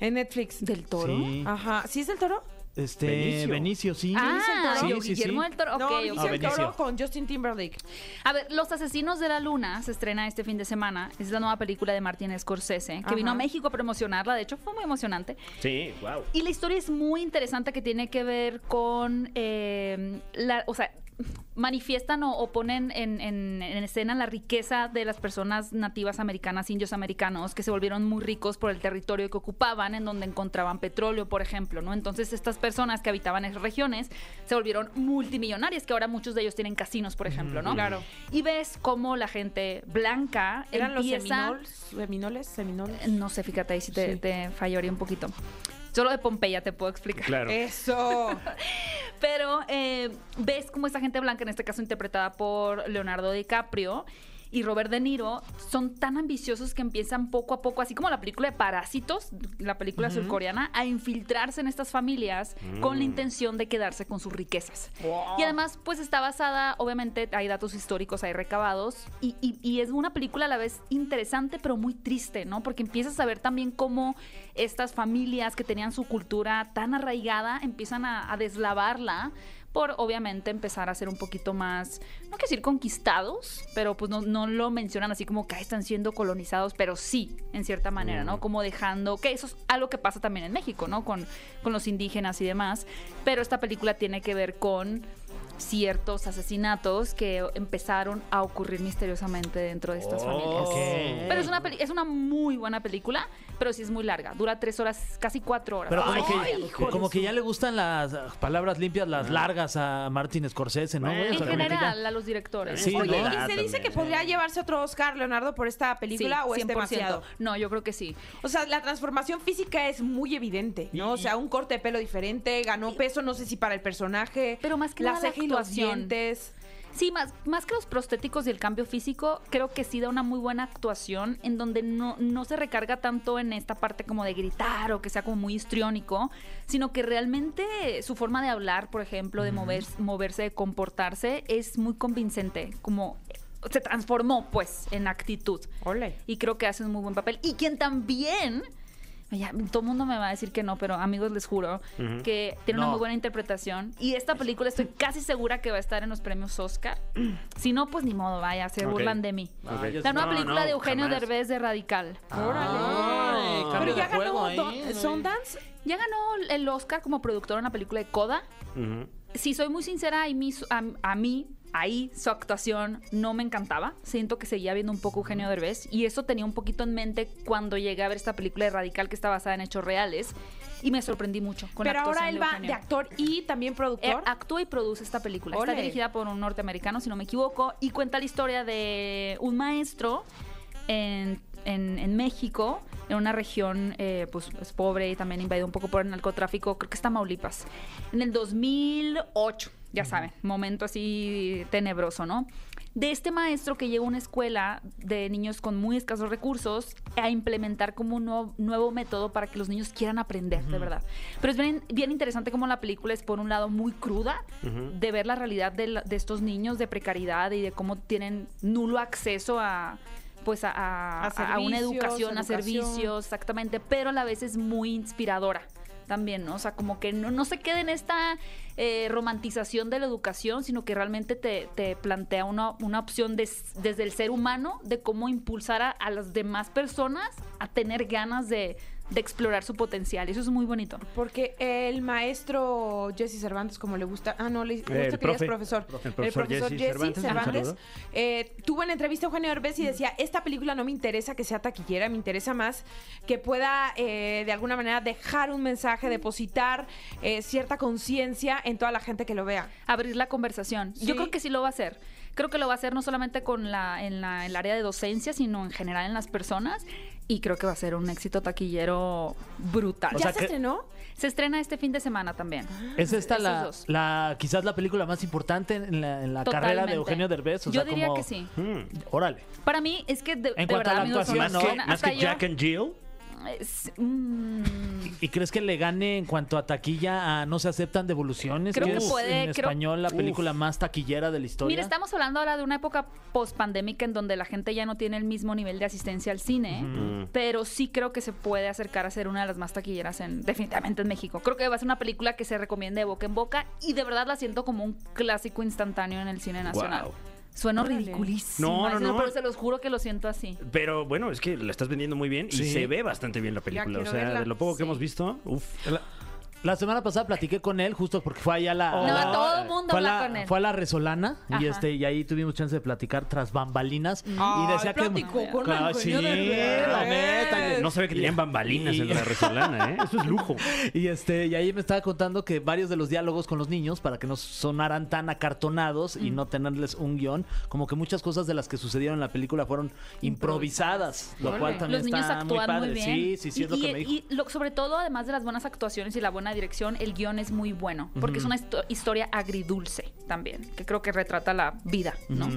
En Netflix. ¿Del toro? Sí. Ajá. ¿Sí es del toro? Este, Benicio, Benicio. sí. Ah, Sí, yo, sí, Guillermo sí. del Toro. no, ok, Benicio ok. Ah, del Benicio. Toro con Justin Timberlake. A ver, Los Asesinos de la Luna se estrena este fin de semana. Es la nueva película de Martin Scorsese, que Ajá. vino a México a promocionarla. De hecho, fue muy emocionante. Sí, wow. Y la historia es muy interesante que tiene que ver con, eh, la, o sea, manifiestan o, o ponen en, en- en escena la riqueza de las personas nativas americanas, indios americanos, que se volvieron muy ricos por el territorio que ocupaban, en donde encontraban petróleo, por ejemplo, ¿no? Entonces estas personas que habitaban esas regiones se volvieron multimillonarias, que ahora muchos de ellos tienen casinos, por ejemplo, ¿no? Claro. Y ves cómo la gente blanca ¿Eran los empieza... Eh, seminoles? ¿Seminoles? ¿Seminoles? No sé, fíjate ahí si te, Sí. te fallaría un poquito. Solo de Pompeya te puedo explicar. Claro. Eh, *laughs* Eso. Pero eh, ves cómo esta gente blanca, en este caso interpretada por Leonardo DiCaprio y Robert De Niro, son tan ambiciosos que empiezan poco a poco, así como la película de Parásitos, la película surcoreana, a infiltrarse en estas familias con la intención de quedarse con sus riquezas. Y además, pues está basada, obviamente, hay datos históricos ahí recabados y, y- y es una película a la vez interesante, pero muy triste, ¿no? Porque empiezas a ver también cómo estas familias que tenían su cultura tan arraigada empiezan a, a deslavarla por, obviamente, empezar a ser un poquito más, no quiero decir conquistados, pero pues no, no lo mencionan así como que "Ay, están siendo colonizados, pero sí, en cierta manera, Mm. ¿no? Como dejando, que eso es algo que pasa también en México, ¿no? Con, con los indígenas y demás, pero esta película tiene que ver con ciertos asesinatos que empezaron a ocurrir misteriosamente dentro de Oh. estas Oh. familias. Ok. Pero es una, peli- es una muy buena película, pero sí es muy larga. Dura tres horas, casi cuatro horas. Pero como, que, Ay, hijo de como su- que ya le gustan las ah, palabras limpias, las largas a Martin Scorsese, ¿no? güey? O En sea, como que ya- general, a los directores. Sí, Oye, ¿no? y Ah, se dice que podría llevarse otro Oscar, Leonardo, por esta película o es 100%. demasiado. No, yo creo que sí. O sea, la transformación física es muy evidente, ¿no? O sea, un corte de pelo diferente, ganó peso, no sé si para el personaje. Pero más que la nada la ceja y los actuación. dientes. Sí, más, más que los prostéticos y el cambio físico, creo que sí da una muy buena actuación en donde no, no se recarga tanto en esta parte como de gritar o que sea como muy histriónico, sino que realmente su forma de hablar, por ejemplo, de mover- moverse, de comportarse, es muy convincente, como se transformó pues en actitud. Ole. Y creo que hace un muy buen papel. Y quien también... ya, todo el mundo me va a decir que no, pero amigos, les juro que tiene No. una muy buena interpretación. Y esta película estoy casi segura que va a estar en los premios Oscar. *clears throat* Si no, pues ni modo, vaya, se Ok. burlan de mí. Ah, ya sé. La nueva No, película no, de Eugenio jamás. Derbez de Radical. Ah. Ay, Ah. cambio Pero de ya juego ganó ahí, Don- güey. Sundance. Ya ganó el Oscar como productor en la película de Coda. Ujú. Si soy muy sincera, y mi- a, a mí, ahí, su actuación no me encantaba. Siento que seguía viendo un poco Eugenio Derbez. Y eso tenía un poquito en mente cuando llegué a ver esta película de Radical que está basada en hechos reales. Y me sorprendí mucho con la Pero ahora actuación él de va Eugenio. de actor y también Eh, productor. actúa y produce esta película. Ole. Está dirigida por un norteamericano, si no me equivoco, y cuenta la historia de un maestro en, en- en México, en una región eh, pues, es pobre y también invadida un poco por el narcotráfico, creo que es Tamaulipas, en el 2008, ya saben, momento así tenebroso, ¿no? de este maestro que llegó a una escuela de niños con muy escasos recursos a implementar como un nuevo, nuevo método para que los niños quieran aprender, de verdad. Pero es bien, bien interesante como la película es, por un lado, muy cruda de ver la realidad de, la- de estos niños de precariedad y de cómo tienen nulo acceso a pues a, a- A a- a una servicios, educación, a educación. servicios, exactamente, pero a la vez es muy inspiradora también, ¿no? O sea, como que no, no se quede en esta eh, romantización de la educación, sino que realmente te, te plantea una, una opción des- desde el ser humano de cómo impulsar a, a las demás personas a tener ganas de, de explorar su potencial. Eso es muy bonito. Porque el maestro Jesse Cervantes, como le gusta, ah, no, le gusta El que digas profe. profesor. El profesor Jesse Cervantes, un saludo. eh, tuvo en entrevista a Eugenio Orbes y decía, esta película no me interesa que sea taquillera, me interesa más que pueda eh, de alguna manera dejar un mensaje, depositar eh, cierta conciencia en toda la gente que lo vea. abrir la conversación. Sí. Yo creo que sí lo va a hacer. Creo que lo va a hacer no solamente con la, en, la, en el área de docencia, sino en general en las personas. Y creo que va a ser un éxito taquillero brutal. O ¿Ya sea se que- estrenó? Se estrena este fin de semana también. Es esta la, Esos dos. la- quizás la película más importante en la, en la carrera de Totalmente. Eugenio Derbez. O Yo sea, diría como- que sí. Hmm. Órale. Para mí es que de, de cuanto a verdad la amigos, actuación, Más no, que, son- no, más hasta que yo- Jack and Jill. es- mm, ¿Y crees que le gane en cuanto a taquilla a No se aceptan devoluciones? Creo que es puede, en creo- español la película más taquillera de la historia. Mira, estamos hablando ahora de una época post-pandémica en donde la gente ya no tiene el mismo nivel de asistencia al cine, pero sí creo que se puede acercar a ser una de las más taquilleras en, definitivamente en México. Creo que va a ser una película que se recomienda de boca en boca y de verdad la siento como un clásico instantáneo en el cine nacional. Guau. Suena Órale. ridiculísimo. No, no, no. Pero se los juro que lo siento así. Pero bueno, es que la estás vendiendo muy bien y Sí. se ve bastante bien la película. O quiero sea, verla. de lo poco que Sí. hemos visto, uff. La, la semana pasada platiqué con él justo porque fue allá la... No, la- todo el mundo fue a habla la, con él. fue a la Resolana y Ajá. este y ahí tuvimos chance de platicar tras bambalinas y Ay, decía que platicó con Ah, Eugenio sí, Derbez. la neta. No se ve que tenían bambalinas en la resolana, ¿eh? Eso es *laughs* lujo. *laughs* Y este, y ahí me estaba contando que varios de los diálogos con los niños, para que no sonaran tan acartonados y no tenerles un guión, como que muchas cosas de las que sucedieron en la película fueron improvisadas, lo cual también Los niños está muy actúan muy, padre. bien. Sí, sí, sí, es lo Y- que y- me dijo. y lo- sobre todo, además de las buenas actuaciones y la buena dirección, el guión es muy bueno, porque es una histo- historia agridulce también, que creo que retrata la vida, ¿no?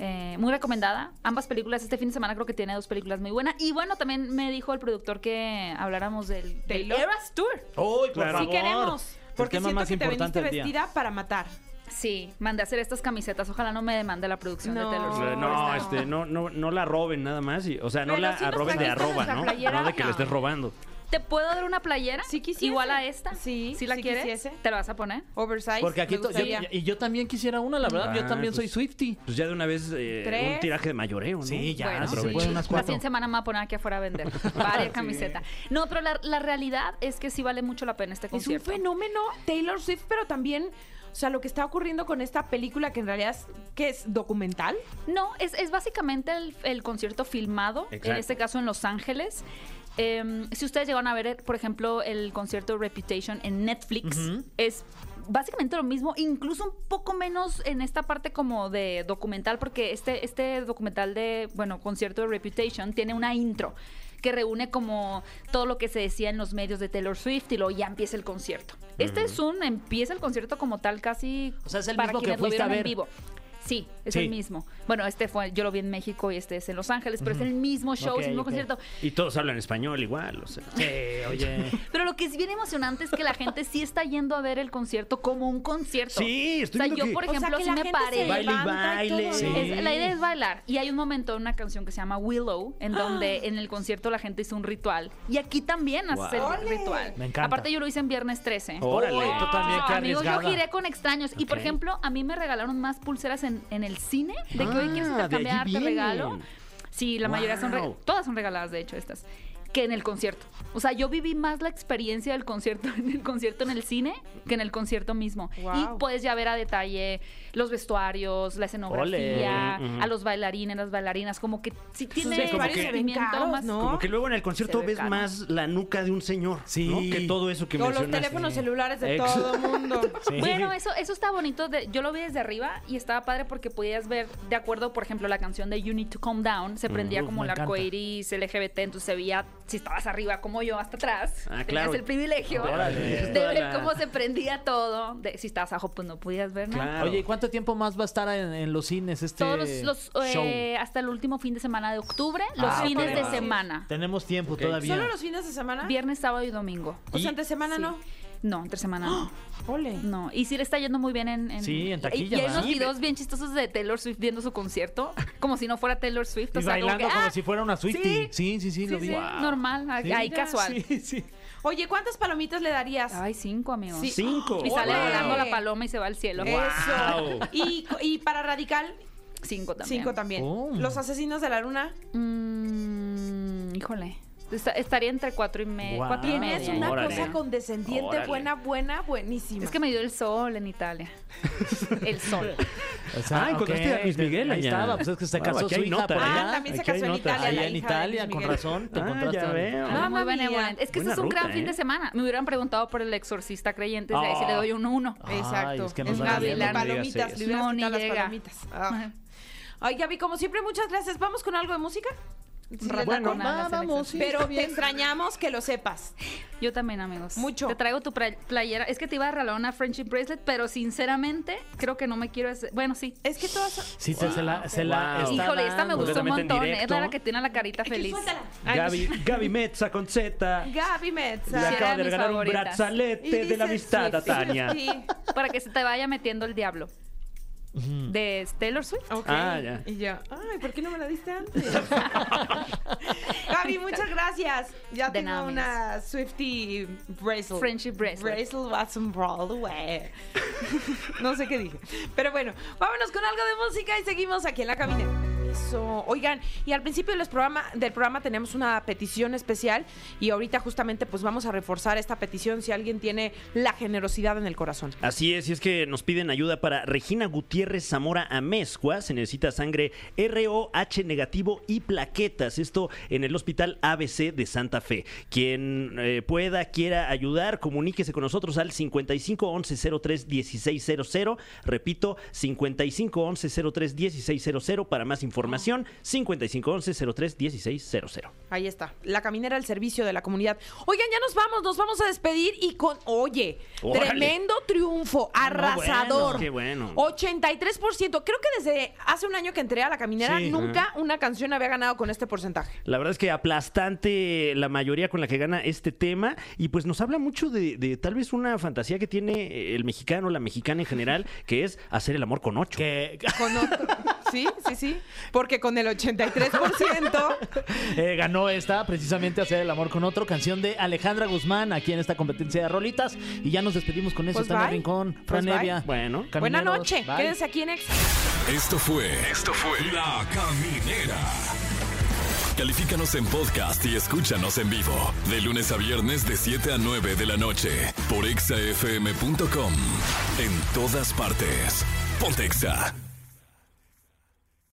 Eh, muy recomendada. Ambas películas, este fin de semana creo que tiene dos películas muy buenas. Y bueno, también me dijo el productor que habláramos del, del Taylor. Eras Tour. ¡Ay, por Claro. Sí favor! queremos. El Porque tema siento más que te importante veniste del día. vestida para matar. Sí, mandé a hacer estas camisetas. Ojalá no me demande la producción No. de Taylor Swift. No, Pobrecita. este, no, no, no la roben nada más. y- o sea, no Pero la sí nos arroben de trajiste arroba, nuestra ¿no? playera, No de que no. la estés robando. ¿Te puedo dar una playera? Sí quisiese. Igual a esta. Sí, ¿Sí la sí quieres? quisiese. ¿Te la vas a poner? Oversize. Porque aquí me to- yo- gustaría. y yo también quisiera una, la verdad, yo Ah, también soy pues- Swifty. Pues ya de una vez eh, Tres. un tiraje de mayoreo, ¿no? Sí, ya, Bueno, si se aprovecha. pueden unas La cuatro. siguiente semana me voy a poner aquí afuera a vender varias camisetas. No, pero la, la realidad es que sí vale mucho la pena este Es un concierto. fenómeno Taylor Swift, pero también, o sea, lo que está ocurriendo con esta película que en realidad es, que es documental. No, es, es básicamente el, el concierto filmado, en Exacto. este caso en Los Ángeles. Eh, si ustedes llegaron a ver, por ejemplo, el concierto Reputation en Netflix, es básicamente lo mismo, incluso un poco menos en esta parte como de documental, porque este, este documental de, bueno, concierto de Reputation tiene una intro que reúne como todo lo que se decía en los medios de Taylor Swift y luego ya empieza el concierto. Este es un, empieza el concierto como tal casi O sea, es el para mismo que quienes lo fuiste a vieron en ver. vivo. Sí, es Sí. el mismo. Bueno, este fue, yo lo vi en México y este es en Los Ángeles, pero es el mismo show, Ok, es el mismo ok. concierto. Y todos hablan español igual, o sea. Sí, oye. Pero lo que es bien emocionante es que la gente sí está yendo a ver el concierto como un concierto. Sí, estoy O sea, viendo yo, que- por O sea, ejemplo, que sí la me gente se paré. Baile y levanta y baile. todo, Sí. ¿no? Es- la idea es bailar. Y hay un momento en una canción que se llama Willow, en ¡Ah! donde en el concierto la gente hizo un ritual. Y aquí también haces Wow. el ritual. Me encanta. Aparte, yo lo hice en viernes 13. Órale. Uy, tú también, qué Amigos, yo arriesgada. giré con extraños. Y por Ok. ejemplo, a mí me regalaron más pulseras en, en el cine. De que hoy Ah, quieres de allí intercambiar, te vienen. regalo. Sí, la mayoría son re- Wow. todas son regaladas, de hecho, estas. Que en el concierto. O sea, yo viví más la experiencia del concierto *laughs* en el concierto en el cine que en el concierto mismo. Wow. Y puedes ya ver a detalle los vestuarios, la escenografía, Ole. Ujú. a los bailarines, las bailarinas, como que sí tiene vestuarios un se ven sentimiento caros, más- ¿no? Como que luego en el concierto Se ve ves caro. más la nuca de un señor, Sí. ¿no? Que todo eso que Todos los mencionaste. teléfonos celulares de Ex- todo el *laughs* mundo. Sí. Bueno, eso, eso está bonito. de- yo lo vi desde arriba y estaba padre porque podías ver, de acuerdo, por ejemplo, la canción de You Need to Calm Down. Se prendía como me el encanta. arco iris, LGBT, entonces se veía si estabas arriba como yo, hasta atrás, Ah, claro. tenías el privilegio Órale. de Toda ver la- cómo se prendía todo. De, si estabas abajo, pues no podías ver nada. Claro. Oye, ¿y cuánto tiempo más va a estar en, en los cines este Todos los, los, show? eh, hasta el último fin de semana de octubre, los Ah, fines ok. de Ah. semana. Tenemos tiempo todavía. ¿Solo los fines de semana? Viernes, sábado y domingo. O sea, entre semana Sí. no. ¡Ah! No, entre semana no. Ole. No, y sí le está yendo muy bien en... en- Sí, en taquilla, Y, y hay ¿verdad? unos videos bien chistosos de Taylor Swift viendo su concierto, como si no fuera Taylor Swift. Y o sea, como bailando que, como ¡ah! si fuera una Swiftie. Sí, sí, sí, Sí, lo vi. sí, Wow. normal, Sí. ahí casual. Sí, *laughs* sí. Oye, ¿cuántas palomitas le darías? Ay, cinco, amigos. Sí. Cinco. Y sale Wow. volando la paloma y se va al cielo. Eso. Wow. Y, y para Radical, Cinco también. cinco también. Oh. Los asesinos de la luna. Mm, híjole. Esta- estaría entre cuatro y, me- Guau. cuatro y Ah, media. Tienes una órale. cosa condescendiente, Órale. buena, buena, buenísima. Es que me dio el sol *laughs* en Italia. El sol. O Ah, encontraste ok, a Luis Miguel Ahí allá. estaba, pues es que se Wow, casó su aquí hay hija pues, nota, por ¿eh? allá. Ah, también se Aquí hay casó en nota. Italia. la Allá en hija de Italia, Luis con Miguel. razón, te Ah, encontraste ya a- veo. Ah, muy Mamma buena y mía. volante. Es que Buena este es un gran ruta, fin ¿eh? de semana. Me hubieran preguntado por el exorcista creyentes. De ahí sí le Ah. doy un uno. Ay, Exacto. es que es nos da miedo, Gavilán. no digas Palomitas, eso. le hubieras No, ni quitado las llega. palomitas. Ah. *laughs* Ay, Gaby, como siempre, muchas gracias. Vamos con algo de música. Sí, les da Bueno, con- va, vamos, sí, Pero está te bien. extrañamos que lo sepas. Yo también, amigos. Mucho. Te traigo tu pra- playera. Es que te iba a regalar una friendship bracelet, pero sinceramente creo que no me quiero... hacer- Bueno, sí. Es que todas. Sí, se- se la, se la Wow. está Híjole, esta me dando. gustó un Completamente en montón. eh. Es directo. la la que tiene la carita feliz. Suéltala. Gaby, Gaby Metza *laughs* con Z. pues, Gaby Le Metza. Sí, acaba era de de mis regalar un favoritas. Y brazalete de dices, la amistad a sí, sí, Tania. sí. Para que se te vaya metiendo el diablo. De Taylor Swift. Ok. Ah, ya. Y yo, ay, ¿por qué no me la diste antes? *laughs* Gaby, muchas gracias. Ya De tengo nada, una Swifty bracelet. Friendship bracelet. Bracelet was on Broadway. *laughs* no sé qué dije. Pero bueno, vámonos con algo de música y seguimos aquí en la cabina. Eso. Oigan, y al principio del programa, del programa tenemos una petición especial y ahorita justamente pues vamos a reforzar esta petición si alguien tiene la generosidad en el corazón. Así es, y es que nos piden ayuda para Regina Gutiérrez Zamora Amezcua. Se necesita sangre ROH negativo y plaquetas. Esto en el Hospital ABC de Santa Fe. Quien eh, pueda, quiera ayudar, comuníquese con nosotros al 55 11 03 1600. Repito, 55 11 03 1600 para más información. 55 11 03 1600. Ahí está, la caminera al servicio de la comunidad. Oigan, ya nos vamos, nos vamos a despedir y con, oye, Órale. tremendo triunfo, Ah, no, arrasador. bueno, qué bueno. 83%. Creo que desde hace un año que entré a la caminera, Sí. nunca una canción había ganado con este porcentaje. La verdad es que aplastante la mayoría con la que gana este tema y pues nos habla mucho de, de tal vez una fantasía que tiene eh, el mexicano, la mexicana en general, que es hacer el amor con ocho. Que Con otro. sí, sí, sí. Porque con el *laughs* 83%. *laughs* eh, ganó esta precisamente Hacer el amor con otro, canción de Alejandra Guzmán aquí en esta competencia de rolitas. Y ya nos despedimos con eso, Pues Tania bye. Rincón, Pues Fran bye. Evia. Bueno. Buena Camineros, noche, bye. quédense aquí en Exa. Esto fue. Esto fue. La Caminera. Califícanos en podcast y escúchanos en vivo. De lunes a viernes, de 7 a 9 de la noche. Por exafm.com. En todas partes. Pontexa.